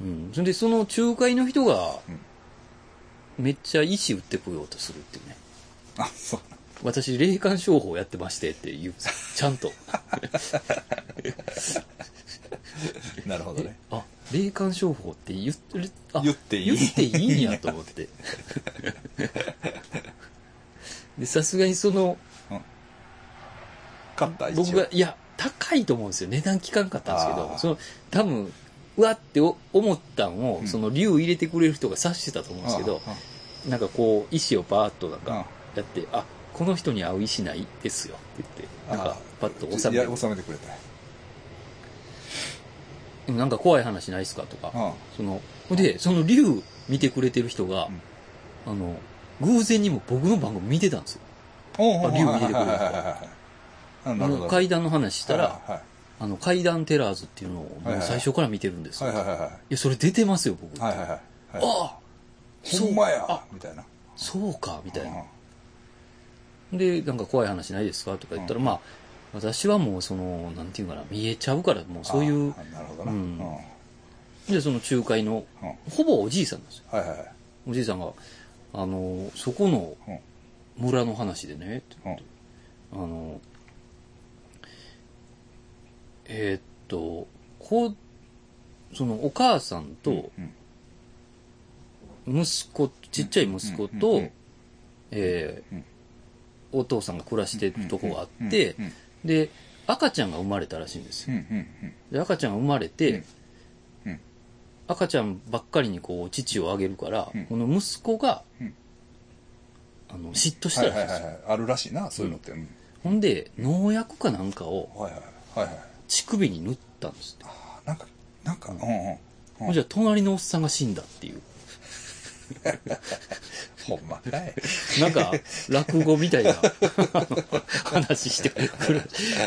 [SPEAKER 2] うん。それでその仲介の人が
[SPEAKER 1] うん、
[SPEAKER 2] めっちゃ石打ってこようとするっていうね。
[SPEAKER 1] あ、そうなん。
[SPEAKER 2] 私、霊感商法やってましてって言うんですよ。ちゃんと。
[SPEAKER 1] なるほどね。
[SPEAKER 2] あ、霊感商法って言ってる、あ
[SPEAKER 1] 言っていい
[SPEAKER 2] 言っていいんやと 思って。で、さすがにその、
[SPEAKER 1] 勝った、一応。
[SPEAKER 2] 僕が、いや、高いと思うんですよ。値段聞かんかったんですけ
[SPEAKER 1] あー
[SPEAKER 2] ど、その、多分、うわってお思ったんを、
[SPEAKER 1] うん
[SPEAKER 2] その竜入れてくれる人が察してたと思うんですけど、
[SPEAKER 1] あ
[SPEAKER 2] なんかこう、石をバーッとなん
[SPEAKER 1] あ
[SPEAKER 2] か、やって、あ、この人に合う石ないですよって言って、なんか、パッと収
[SPEAKER 1] い
[SPEAKER 2] め
[SPEAKER 1] や、
[SPEAKER 2] て、
[SPEAKER 1] 収めてくれた。
[SPEAKER 2] でもなんか怖い話ないですかとか、
[SPEAKER 1] あ
[SPEAKER 2] その、で、その竜見てくれてる人が、あの、偶然にも僕の番組見てたんですよ。
[SPEAKER 1] おうおう
[SPEAKER 2] あ竜入れてくれた
[SPEAKER 1] はいはいはいはいあなるほ
[SPEAKER 2] あの
[SPEAKER 1] ど。
[SPEAKER 2] 階段の話したら、
[SPEAKER 1] はい
[SPEAKER 2] あの、階段テラーズっていうのを
[SPEAKER 1] はい
[SPEAKER 2] も
[SPEAKER 1] は
[SPEAKER 2] う
[SPEAKER 1] い
[SPEAKER 2] 最初から見てるんですよ。
[SPEAKER 1] はい
[SPEAKER 2] い
[SPEAKER 1] はいはいは
[SPEAKER 2] や、それ出てますよ、僕。
[SPEAKER 1] い。はいはいはいはい。
[SPEAKER 2] ああ
[SPEAKER 1] ほんまや
[SPEAKER 2] あ
[SPEAKER 1] みたいな。
[SPEAKER 2] そうかみたいな。
[SPEAKER 1] う
[SPEAKER 2] で、なんか怖い話ないですかとか言ったら、まあ、私はもうその、なんていうかな、見えちゃうから、もうんそういう
[SPEAKER 1] あ、なるほどな。
[SPEAKER 2] う
[SPEAKER 1] うんん。うん
[SPEAKER 2] で、その仲介の、
[SPEAKER 1] はい
[SPEAKER 2] ほぼおじいさんなんですよ。
[SPEAKER 1] はいはい。
[SPEAKER 2] おじいさんが、あの、そこの
[SPEAKER 1] うん
[SPEAKER 2] 村の話でね、って
[SPEAKER 1] うん
[SPEAKER 2] あの、えーっと、こう、そのお母さんと
[SPEAKER 1] うん
[SPEAKER 2] 息子、ちっちゃい息子
[SPEAKER 1] うんう
[SPEAKER 2] と
[SPEAKER 1] ん、
[SPEAKER 2] えー
[SPEAKER 1] うん
[SPEAKER 2] お父さんが暮らしてるとこがあ
[SPEAKER 1] うん
[SPEAKER 2] って
[SPEAKER 1] う、ん
[SPEAKER 2] で、赤ちゃんが生まれたらしいんです
[SPEAKER 1] う
[SPEAKER 2] よ。
[SPEAKER 1] んうん
[SPEAKER 2] で、赤ちゃんが生まれて
[SPEAKER 1] うんうん、
[SPEAKER 2] 赤ちゃんばっかりにこう、乳をあげるから
[SPEAKER 1] うん、
[SPEAKER 2] この息子が
[SPEAKER 1] うん、
[SPEAKER 2] あの、嫉妬し
[SPEAKER 1] は
[SPEAKER 2] た
[SPEAKER 1] い
[SPEAKER 2] らしい
[SPEAKER 1] は
[SPEAKER 2] ん
[SPEAKER 1] いは
[SPEAKER 2] ですよ
[SPEAKER 1] い。はい。あるらしいな、そういうのって。うん
[SPEAKER 2] ほんで、農薬かなんかを
[SPEAKER 1] はいはいはいはい。
[SPEAKER 2] 乳首に塗ったんですって。
[SPEAKER 1] あなんか、なんか、うんうん。
[SPEAKER 2] ほんじゃ、隣のおっさんが死んだっていう。
[SPEAKER 1] ほんまかい。
[SPEAKER 2] な んか、落語みたいなあの話してくる。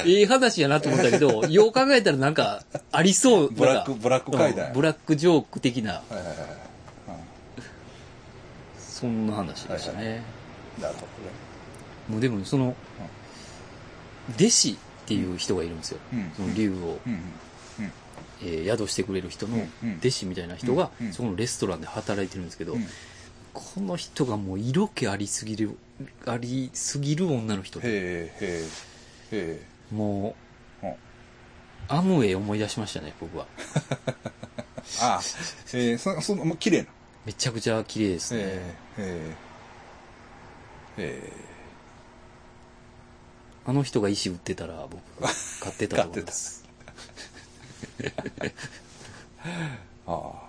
[SPEAKER 2] ええ話やなと思ったけど、よう考えたらなんか、ありそう。
[SPEAKER 1] ブラック
[SPEAKER 2] なんか
[SPEAKER 1] ブラック怪談
[SPEAKER 2] うんブラックジョーク的な、
[SPEAKER 1] はいはいはいはい。
[SPEAKER 2] そんな話でした
[SPEAKER 1] はい
[SPEAKER 2] ね。
[SPEAKER 1] なるほ
[SPEAKER 2] もうでも、その、弟子っていう人がいるんですよ。
[SPEAKER 1] うん
[SPEAKER 2] その竜を、
[SPEAKER 1] どね。うんうん。
[SPEAKER 2] えー宿してくれる人の
[SPEAKER 1] うんうん
[SPEAKER 2] 弟子みたいな人が
[SPEAKER 1] うんう、ん
[SPEAKER 2] そこのレストランで働いてるんですけど、
[SPEAKER 1] うん
[SPEAKER 2] この人がもう色気ありすぎる、ありすぎる女の人
[SPEAKER 1] へ。えへえへ
[SPEAKER 2] も
[SPEAKER 1] え。うん
[SPEAKER 2] う、アムウェイ思い出しましたね、僕は。
[SPEAKER 1] ああ、えー、そ、その、もう綺麗な。
[SPEAKER 2] めちゃくちゃ綺麗ですね。
[SPEAKER 1] えー、えー、え
[SPEAKER 2] あの人が石売ってたら僕が買ってたと思います。
[SPEAKER 1] ー、ああ。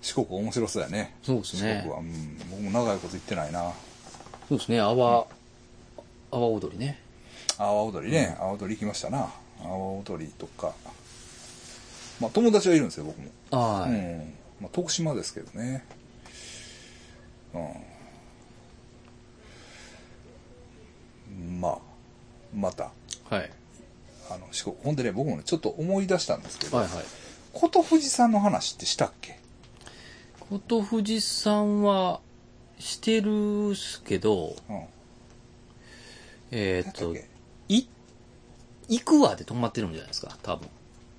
[SPEAKER 1] 四国面白そうやね。
[SPEAKER 2] そうです
[SPEAKER 1] 四
[SPEAKER 2] ね
[SPEAKER 1] 国。は、うん、僕も長いこと行ってないな。
[SPEAKER 2] そうですね、阿波、阿波踊りね。
[SPEAKER 1] 阿波踊りね、阿波踊り行きましたな。阿波踊りとか。まあ友達はいるんですよ、僕も。
[SPEAKER 2] はい、
[SPEAKER 1] うん。まあ徳島ですけどね。うん。まあ、また、
[SPEAKER 2] はい。
[SPEAKER 1] あの、四国。ほんでね、僕もね、ちょっと思い出したんですけど、
[SPEAKER 2] はいはい。
[SPEAKER 1] 琴富士さんの話ってしたっけ
[SPEAKER 2] 琴富士さんは、してるっすけど、
[SPEAKER 1] うん。
[SPEAKER 2] えー
[SPEAKER 1] な
[SPEAKER 2] っ
[SPEAKER 1] んだっ
[SPEAKER 2] と、
[SPEAKER 1] け
[SPEAKER 2] い、行くわで止まってるんじゃないですか、多分。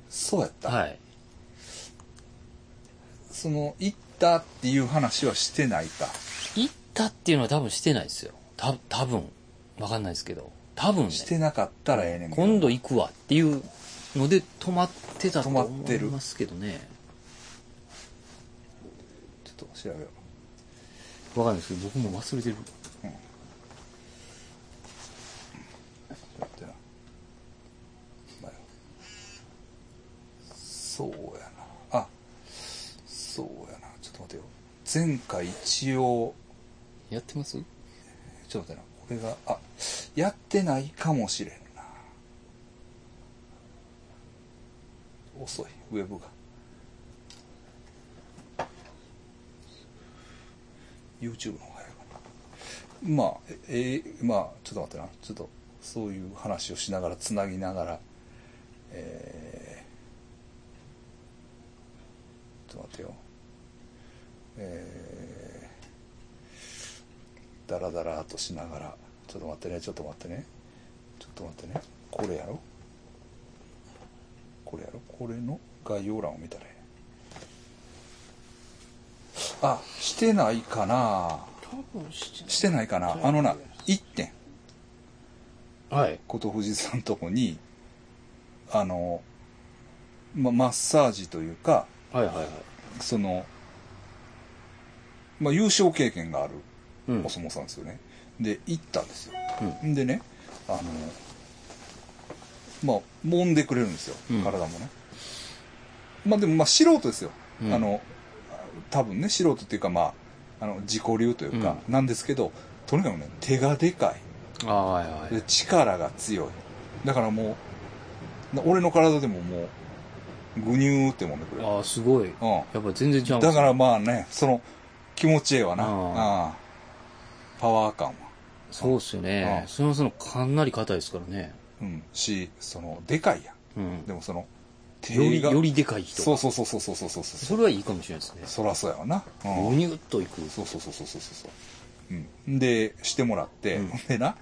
[SPEAKER 1] そうやった。
[SPEAKER 2] はい。
[SPEAKER 1] その、行ったっていう話はしてないか。
[SPEAKER 2] 行ったっていうのは多分してないですよ。た、多分。わかんないですけど。多分ね。
[SPEAKER 1] してなかったらええねんけど。
[SPEAKER 2] 今度行くわっていうので止まってたと思
[SPEAKER 1] 止まって
[SPEAKER 2] い
[SPEAKER 1] る
[SPEAKER 2] ますけどね。
[SPEAKER 1] ちょっと調べよう。
[SPEAKER 2] わかんないですけど、僕も忘れてる。
[SPEAKER 1] ちょっと待ってな。まあそうやな。あ、そうやな。ちょっと待ってよ。前回一応、
[SPEAKER 2] やってます
[SPEAKER 1] ちょっと待ってな。これが、あ、やってないかもしれんな。遅い、ウェブが。YouTube の方が早いかな。まあ、え、えまあ、ちょっと待ってな。ちょっと、そういう話をしながら、つなぎながら、えー、ちょっと待ってよ。えー、ダラダラとしながらちょっと待ってねちょっと待ってねちょっと待ってねこれやろこれやろこれの概要欄を見たらええあしてないかな
[SPEAKER 3] 多分してない
[SPEAKER 1] してないかなあのな1点
[SPEAKER 2] はい。
[SPEAKER 1] 琴富士さんとこにあの、ま、マッサージというか
[SPEAKER 2] はいはいはい。
[SPEAKER 1] その、まあ、優勝経験がある
[SPEAKER 2] うん
[SPEAKER 1] お相撲さんですよね、で行ったんですよ、、
[SPEAKER 2] うん
[SPEAKER 1] でねあのまあ揉んでくれるんですよ、
[SPEAKER 2] うん
[SPEAKER 1] 体もねまあでもまあ素人ですよ、
[SPEAKER 2] うん
[SPEAKER 1] あの多分ね素人っていうかまああの自己流というかなんですけど、とにかくね手がでか
[SPEAKER 2] ああ、はいはいい
[SPEAKER 1] で。力が強いだからもうな俺の体でももうぐにゅーって揉んでくれる
[SPEAKER 2] ああ、すごい。やっ
[SPEAKER 1] うん
[SPEAKER 2] ぱ全然違うんです
[SPEAKER 1] だからまあね、その気持ちええわな。
[SPEAKER 2] あ
[SPEAKER 1] あ
[SPEAKER 2] ー
[SPEAKER 1] あパワー感は。
[SPEAKER 2] そうっすよね
[SPEAKER 1] う。ん
[SPEAKER 2] それもそのかなり硬いですからね。
[SPEAKER 1] うん。し、その、でかいやん。
[SPEAKER 2] うん。
[SPEAKER 1] でもその、
[SPEAKER 2] より、よりでかい人。
[SPEAKER 1] そうそうそうそうそうそうそうそ
[SPEAKER 2] それはいいかもしれないですね。
[SPEAKER 1] らそうやわな。う
[SPEAKER 2] ぐ
[SPEAKER 1] ん。
[SPEAKER 2] にゅっといく。
[SPEAKER 1] そうそうそうそうそうそう。うん。で、してもらって、
[SPEAKER 2] うん
[SPEAKER 1] でな。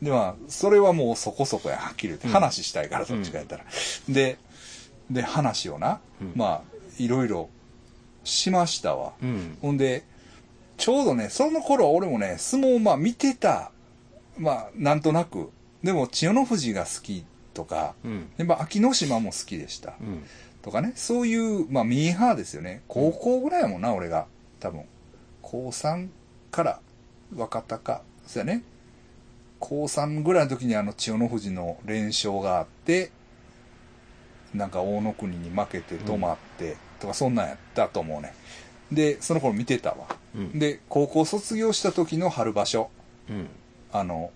[SPEAKER 1] でまあ、それはもうそこそこや、はっきり言って。
[SPEAKER 2] うん
[SPEAKER 1] 話したいから、どっちかやったら。で、で、話をな。
[SPEAKER 2] うん
[SPEAKER 1] まあ、いろいろしましたわ。
[SPEAKER 2] うん。
[SPEAKER 1] ほんで、ちょうどね、その頃俺もね、相撲をまあ見てた、まあなんとなく、でも千代の富士が好きとか、
[SPEAKER 2] うん。
[SPEAKER 1] でまあ秋の島も好きでした
[SPEAKER 2] う。ん。
[SPEAKER 1] とかね、そういう、まあミーハーですよね。高校ぐらいやもんな、俺が。多分。高3から若隆、そうやね。高3ぐらいの時にあの千代の富士の連勝があって、なんか大野国に負けて止まって、とかそんなんやったと思うね。で、その頃見てたわ。
[SPEAKER 2] うん。
[SPEAKER 1] で、高校卒業した時の春場所、
[SPEAKER 2] うん。
[SPEAKER 1] あの、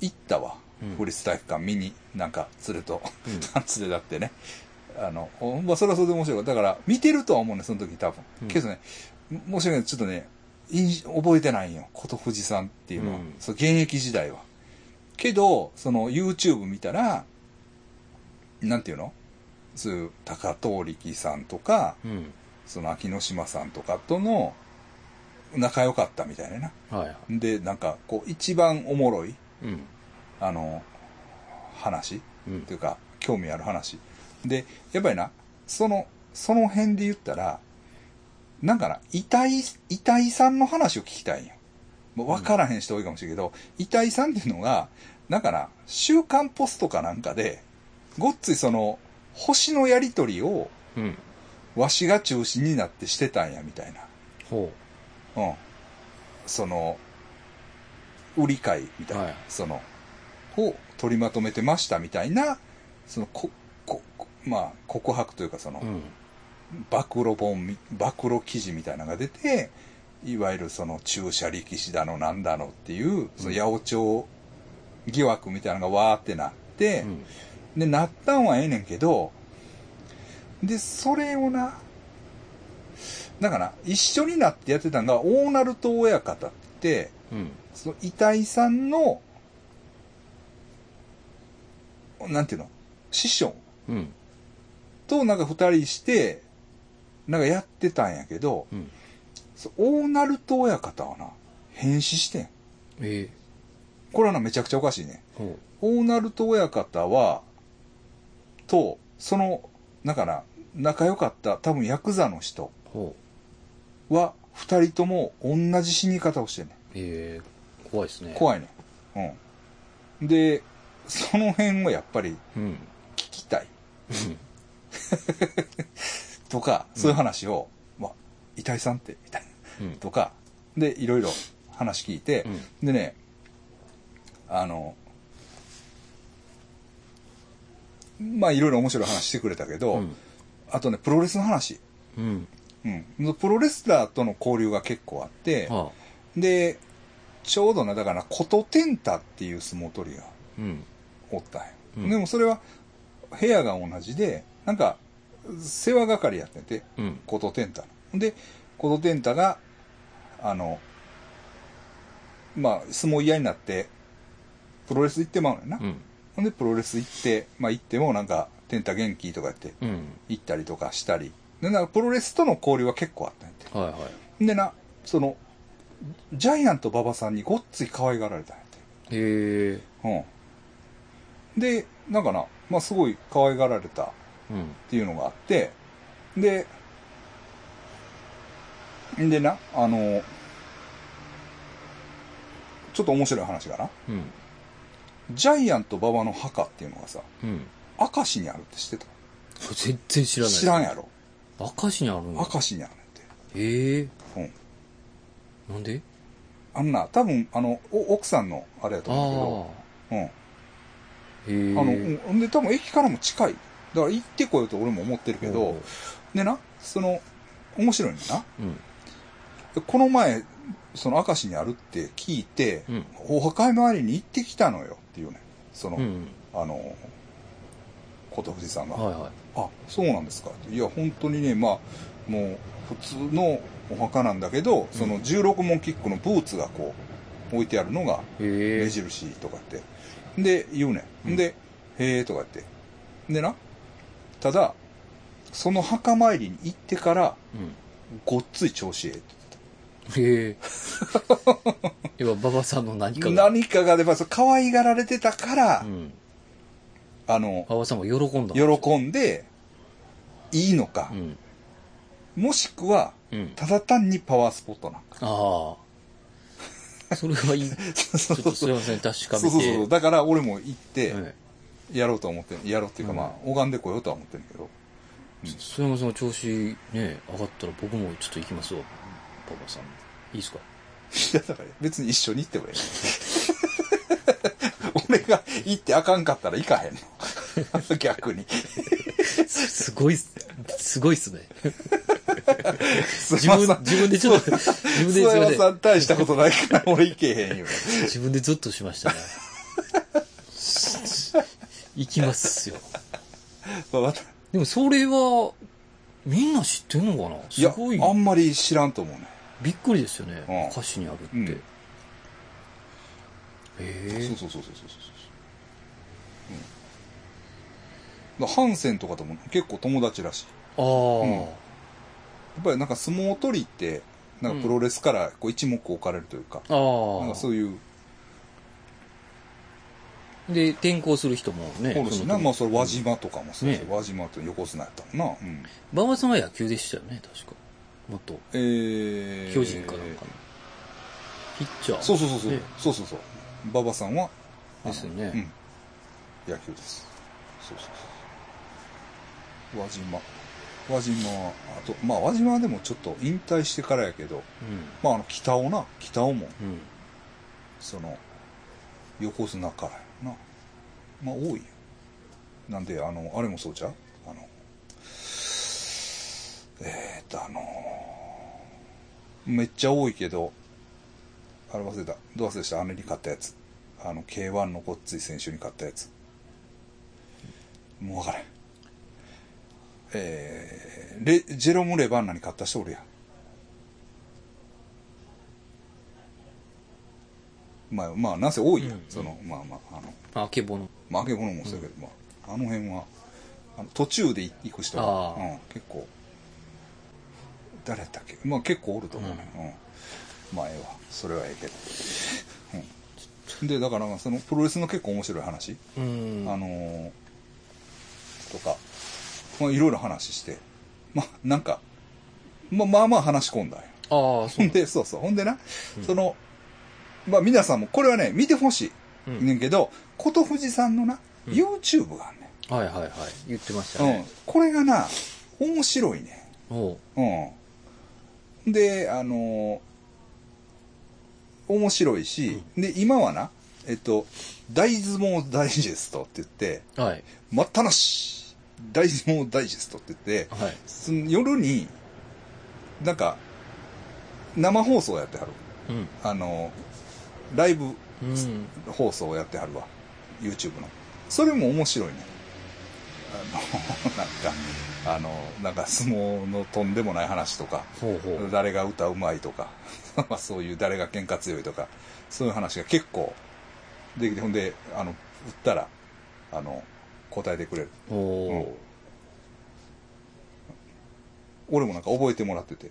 [SPEAKER 1] 行ったわ
[SPEAKER 2] うん。
[SPEAKER 1] 国立体育館見に、なんか連れと、
[SPEAKER 2] うん
[SPEAKER 1] 連れだってね。あの、おまあ、それはそれで面白いからだから、見てるとは思うね、その時多分
[SPEAKER 2] うん。
[SPEAKER 1] けどね、申し訳ない、ちょっとね、印象覚えてないんよ。琴富士さんっていうのは、
[SPEAKER 2] うん
[SPEAKER 1] そう現役時代は。けど、その YouTube 見たら、なんていうのそういう、高藤力さんとか、
[SPEAKER 2] うん。
[SPEAKER 1] その秋の島さんとかとの仲良かったみたいなな。
[SPEAKER 2] はいはい。
[SPEAKER 1] で、なんかこう一番おもろい、
[SPEAKER 2] うん。
[SPEAKER 1] あの、話
[SPEAKER 2] うん
[SPEAKER 1] と。いうか、興味ある話。で、やっぱりな、その、その辺で言ったら、なんかな、遺体、遺体さんの話を聞きたいんよ。もう分からへん人多いかもしれんけど、遺体さんっていうのが、なんかな、週刊ポストかなんかで、ごっついその、星のやりとりを、
[SPEAKER 2] うん。
[SPEAKER 1] わしが中心になってしてたんや、みたいな。
[SPEAKER 2] ほ
[SPEAKER 1] うん。その、売り買いみたいな、
[SPEAKER 2] はい
[SPEAKER 1] その、を取りまとめてましたみたいな、その、こ、こ、こまあ、告白というか、その
[SPEAKER 2] う。う、ん。
[SPEAKER 1] 暴露本み、暴露記事みたいなのが出て、いわゆるその注射力士だのなんだのっていう、その八百長疑惑みたいなのがわーってなって、
[SPEAKER 2] うん。
[SPEAKER 1] で、なったんはええねんけど、で、それをな、だから、一緒になってやってたんが、大鳴門親方って、
[SPEAKER 2] うん。
[SPEAKER 1] その遺体さんの、なんていうの師匠
[SPEAKER 2] うん。
[SPEAKER 1] となんか二人して、なんかやってたんやけど、
[SPEAKER 2] うん。
[SPEAKER 1] そう大鳴門親方はな、変死してん。
[SPEAKER 2] ええ
[SPEAKER 1] これはな、めちゃくちゃおかしいね。
[SPEAKER 2] ほ
[SPEAKER 1] 大鳴門親方は、と、その、だから、仲良かった、多分ヤクザの人
[SPEAKER 2] うほ
[SPEAKER 1] は、二人とも同じ死に方をしてんねん。
[SPEAKER 2] うええ怖いですね
[SPEAKER 1] 怖いね。うん。で、その辺をやっぱり
[SPEAKER 2] いうん
[SPEAKER 1] 聞きたいとか、そういう話を、まあ、遺体さんって、みたい
[SPEAKER 2] うん
[SPEAKER 1] な、とか、で、いろいろ話聞いて、
[SPEAKER 2] うん
[SPEAKER 1] でね、あの、まあ、いろいろ面白い話してくれたけど、
[SPEAKER 2] うん
[SPEAKER 1] あとね、プロレスの話。
[SPEAKER 2] うん
[SPEAKER 1] うん。プロレスラーとの交流が結構あって、
[SPEAKER 2] はあ
[SPEAKER 1] で、ちょうどな、だから、琴天太っていう相撲取りが
[SPEAKER 2] うん
[SPEAKER 1] おったんや。
[SPEAKER 2] うん
[SPEAKER 1] でもそれは、部屋が同じで、なんか、世話係やってて、
[SPEAKER 2] うん
[SPEAKER 1] 琴天太の。で、琴天太が、あの、まあ、相撲嫌になって、プロレス行ってまうのよな。
[SPEAKER 2] うん
[SPEAKER 1] ほんで、プロレス行って、まあ行ってもなんか、天太元気とかやって、
[SPEAKER 2] うん
[SPEAKER 1] 行ったりとかしたり。で、なんかプロレスとの交流は結構あったんやて。
[SPEAKER 2] はいはい
[SPEAKER 1] でな、その、ジャイアント馬場さんにごっつい可愛がられたんやて。
[SPEAKER 2] ええ
[SPEAKER 1] うん。で、なんかな、まあ、すごい可愛がられたっ
[SPEAKER 2] うん
[SPEAKER 1] ていうのがあって、で、でな、あの、ちょっと面白い話がな、
[SPEAKER 2] うん
[SPEAKER 1] ジャイアント馬場の墓っていうのがさ、
[SPEAKER 2] うん
[SPEAKER 1] 明石にあるって知ってた
[SPEAKER 2] 全然知らない
[SPEAKER 1] 知らんやろ。
[SPEAKER 2] 明石にあるんだ
[SPEAKER 1] 明石にあるね
[SPEAKER 2] ええ
[SPEAKER 1] んて。
[SPEAKER 2] なんで
[SPEAKER 1] うん。あんな、多分、あの、お奥さんのあれやと
[SPEAKER 2] ああ
[SPEAKER 1] 思うんだけど、うん。
[SPEAKER 2] へえ
[SPEAKER 1] あの、うんで、多分駅からも近い。だから行ってこようと俺も思ってるけど、でな、その、面白いんだな。
[SPEAKER 2] うん
[SPEAKER 1] でこの前、その明石にあるって聞いて、
[SPEAKER 2] うん
[SPEAKER 1] お墓参りに行ってきたのよっていうね。その、
[SPEAKER 2] うん
[SPEAKER 1] あの、琴藤さんが、
[SPEAKER 2] はいはい
[SPEAKER 1] あ、そうなんですかって。いや、本当にね、まあ、もう、普通のお墓なんだけど、その16門キックのブーツがこう、置いてあるのが
[SPEAKER 2] へ
[SPEAKER 1] 目
[SPEAKER 2] え
[SPEAKER 1] 印とかって。で、言うね
[SPEAKER 2] うん
[SPEAKER 1] ん。で、へえとか言って。でな、ただ、その墓参りに行ってから、
[SPEAKER 2] うん
[SPEAKER 1] ごっつい調子ええって
[SPEAKER 2] へえ 要は馬場さんの何かが
[SPEAKER 1] 何かが、やっぱそう可愛がられてたから、
[SPEAKER 2] うん
[SPEAKER 1] あの、
[SPEAKER 2] 馬場さんが喜んだ
[SPEAKER 1] 喜んで、いいのか
[SPEAKER 2] う、ん
[SPEAKER 1] もしくは、
[SPEAKER 2] うん
[SPEAKER 1] ただ単にパワースポットなんか。
[SPEAKER 2] ああそれはい いち
[SPEAKER 1] そうそ
[SPEAKER 2] ょ
[SPEAKER 1] うそう
[SPEAKER 2] っとすい
[SPEAKER 1] そう
[SPEAKER 2] ません確か
[SPEAKER 1] そう
[SPEAKER 2] めて
[SPEAKER 1] そう。だから俺も行って、
[SPEAKER 2] はい
[SPEAKER 1] やろうと思って、やろうっていうか、
[SPEAKER 2] うん
[SPEAKER 1] まあ、拝んでこようとは思ってるけど。
[SPEAKER 2] 須山さんの調子ね上がったら僕もちょっと行きますわ馬場さ んいいですか
[SPEAKER 1] いや、だから 別に一緒に行ってもええ。俺が行ってあかんかったら行かへんの。 逆に。
[SPEAKER 2] すごいっす、すごいっすね。
[SPEAKER 1] 自
[SPEAKER 2] 自分、自分でち ょっと、自分で、
[SPEAKER 1] 諏訪山
[SPEAKER 2] すいま
[SPEAKER 1] さん大したことないから俺行けへん よ。
[SPEAKER 2] せん自分でゾッとし ましたね。行きますよ。
[SPEAKER 1] まあまた
[SPEAKER 2] でもそれは、みんな知ってんのかなすごい
[SPEAKER 1] いや、あんまり知らんと思うね。
[SPEAKER 2] びっくりですよね。
[SPEAKER 1] うん
[SPEAKER 2] 歌詞にあるって。
[SPEAKER 1] うん
[SPEAKER 2] へえ
[SPEAKER 1] そうそうそうそうそうそうそう。うん、だからハンセンとかとも結構友達らしい。
[SPEAKER 2] ああ、
[SPEAKER 1] やっぱりなんか相撲取りって、なんかプロレスからこう一目置かれるというか、なん
[SPEAKER 2] あ
[SPEAKER 1] かそういう、
[SPEAKER 2] あ。で、転校する人もね。
[SPEAKER 1] そうです
[SPEAKER 2] そ
[SPEAKER 1] ね。
[SPEAKER 2] の
[SPEAKER 1] まあそれ輪島とかもそうです
[SPEAKER 2] ね
[SPEAKER 1] よ輪島って横綱やったもんな。うん
[SPEAKER 2] 馬場さんは野球でしたよね、確か。もっと、
[SPEAKER 1] えー、
[SPEAKER 2] 巨人かなんかの。ピッチャー。
[SPEAKER 1] そうそうそうそう、
[SPEAKER 2] ね
[SPEAKER 1] そうそうそう馬場さんは
[SPEAKER 2] ですよね。
[SPEAKER 1] うん野球ですそうそうそう輪島輪島はあとまあ輪島はでもちょっと引退してからやけどまああの北尾な北尾も
[SPEAKER 2] うん。うん。
[SPEAKER 1] その横綱からやなまあ多いよなんであのあれもそうじゃうあのえー、っとあのめっちゃ多いけどあれ忘れたどう忘れした姉に買ったやつあの K1 のごっつい選手に買ったやつもう分からんえー、レジェロム・レバンナに買った人おるやんまあまあなんせ多いやん、
[SPEAKER 2] うん
[SPEAKER 1] そのまあまああの
[SPEAKER 2] あけぼの。
[SPEAKER 1] まあ、あけぼのもそうやけど、まあ、あの辺は、あの途中で行く人
[SPEAKER 2] あ
[SPEAKER 1] が、
[SPEAKER 2] あ
[SPEAKER 1] うん、結構、誰だっけまあ結構おると思うね。うんまあええわそれはええけど、うん、でだからそのプロレスの結構面白い話、
[SPEAKER 2] うん。
[SPEAKER 1] あのーとか、まあ、いろいろ話してまあなんか、まあ、まあまあ話し込んだんよ
[SPEAKER 2] ああ、そ
[SPEAKER 1] ほ
[SPEAKER 2] うんなんだ。
[SPEAKER 1] でそうそうほんでな、
[SPEAKER 2] うん
[SPEAKER 1] そのまあ皆さんもこれはね見てほし
[SPEAKER 2] う
[SPEAKER 1] い
[SPEAKER 2] ん
[SPEAKER 1] ねんけど琴富士さんのな、
[SPEAKER 2] うん
[SPEAKER 1] YouTube があんねん
[SPEAKER 2] はいはいはい。言ってました
[SPEAKER 1] うん
[SPEAKER 2] ね。、
[SPEAKER 1] これがな面白いね
[SPEAKER 2] おう
[SPEAKER 1] うんであの面白いし、で今はなえっと大相撲ダイジェストって言って
[SPEAKER 2] はい。
[SPEAKER 1] 待ったなし大相撲ダイジェストって言って
[SPEAKER 2] はい。
[SPEAKER 1] その夜になんか生放送やってはる
[SPEAKER 2] うん。
[SPEAKER 1] あのライブ
[SPEAKER 2] うん。
[SPEAKER 1] 放送をやってはるわ YouTube のそれも面白いね あのなんかあのなんか相撲のとんでもない話とか
[SPEAKER 2] ほうほう。
[SPEAKER 1] 誰が歌うまいとか まあそういう誰が喧嘩強いとかそういう話が結構できてほんであの打ったらあの答えてくれる
[SPEAKER 2] おお
[SPEAKER 1] 俺もなんか覚えてもらってて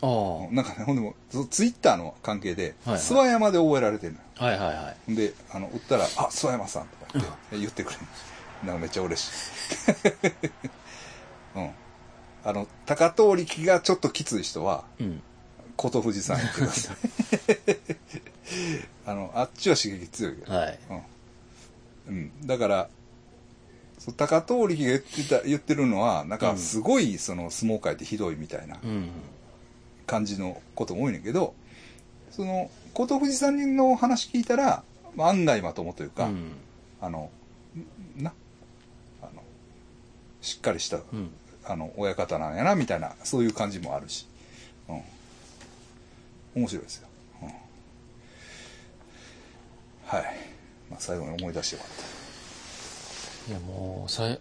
[SPEAKER 2] ー。あ
[SPEAKER 1] なんかねほんでもツイッターの関係で
[SPEAKER 2] はいはい
[SPEAKER 1] 諏訪山で覚えられてるのよ
[SPEAKER 2] あ。はいはいはい。
[SPEAKER 1] ほんで、あの、売ったら、あ、諏訪山さんとか言って、言ってくれる。なんかめっちゃ嬉しい。 うん。あの、高遠力がちょっときつい人は、
[SPEAKER 2] うん。
[SPEAKER 1] 琴富士さん言ってください。 あの、あっちは刺激強いけど。
[SPEAKER 2] はい。
[SPEAKER 1] うん。うん。だから、そう高遠力が言ってた、言ってるのは、なん
[SPEAKER 2] う
[SPEAKER 1] か
[SPEAKER 2] ん
[SPEAKER 1] すごい、その、相撲界ってひどいみたいな
[SPEAKER 2] うん。
[SPEAKER 1] 感じのことも多いねんけど、その、琴富士さんの話聞いたら、まあ案外まともという
[SPEAKER 2] う
[SPEAKER 1] か、
[SPEAKER 2] ん。
[SPEAKER 1] あの、んな、あの、しっかりした、
[SPEAKER 2] うん。
[SPEAKER 1] あの、親方なんやな、みたいな、そういう感じもあるし、うん。面白いですよ。うん、はい。まあ、最後に思い出してよかっ
[SPEAKER 2] いやもう、さい、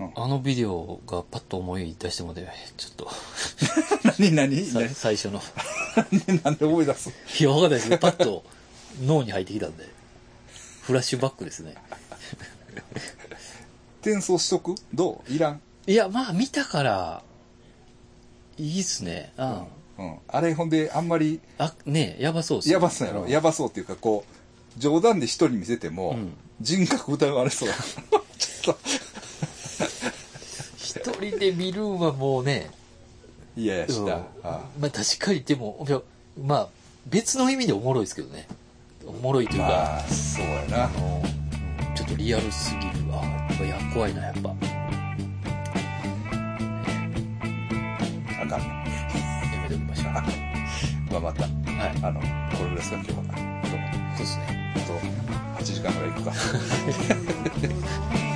[SPEAKER 1] うん
[SPEAKER 2] あのビデオがパッと思い出してもで、ちょっと、
[SPEAKER 1] た。 何、何、
[SPEAKER 2] さ
[SPEAKER 1] 何、
[SPEAKER 2] 最初の。
[SPEAKER 1] 何、なんで思い出す
[SPEAKER 2] いや、わかんな いですね。パッと脳に入ってきたんで。フラッシュバックですね。
[SPEAKER 1] 転送しとくどういらん。
[SPEAKER 2] いや、まあ見たから、いいっすね。あ
[SPEAKER 1] うん。あれ、ほんで、あんまり、
[SPEAKER 2] あ、ねえ、やばそうっすね
[SPEAKER 1] やばそうやろ。やばそうっていうか、こう、冗談で人に見せても、
[SPEAKER 2] うん
[SPEAKER 1] 人格疑われそうや ちょっ
[SPEAKER 2] 一人で見るんはもうね、
[SPEAKER 1] と、いやいやした。
[SPEAKER 2] うん
[SPEAKER 1] ああ
[SPEAKER 2] まあ確かにでも、いやまあ別の意味でおもろいですけどね。おもろいというか、
[SPEAKER 1] まあ、そうやな。
[SPEAKER 2] あのちょっとリアルすぎる。ああ、やっぱや怖いな、やっぱ。
[SPEAKER 1] あかん。
[SPEAKER 2] やめときましょう。はい。
[SPEAKER 1] まあ、また、
[SPEAKER 2] そ
[SPEAKER 1] あの、これぐらいですか、今日は。
[SPEAKER 2] うですね。
[SPEAKER 1] あと、8時間ぐらいいくか。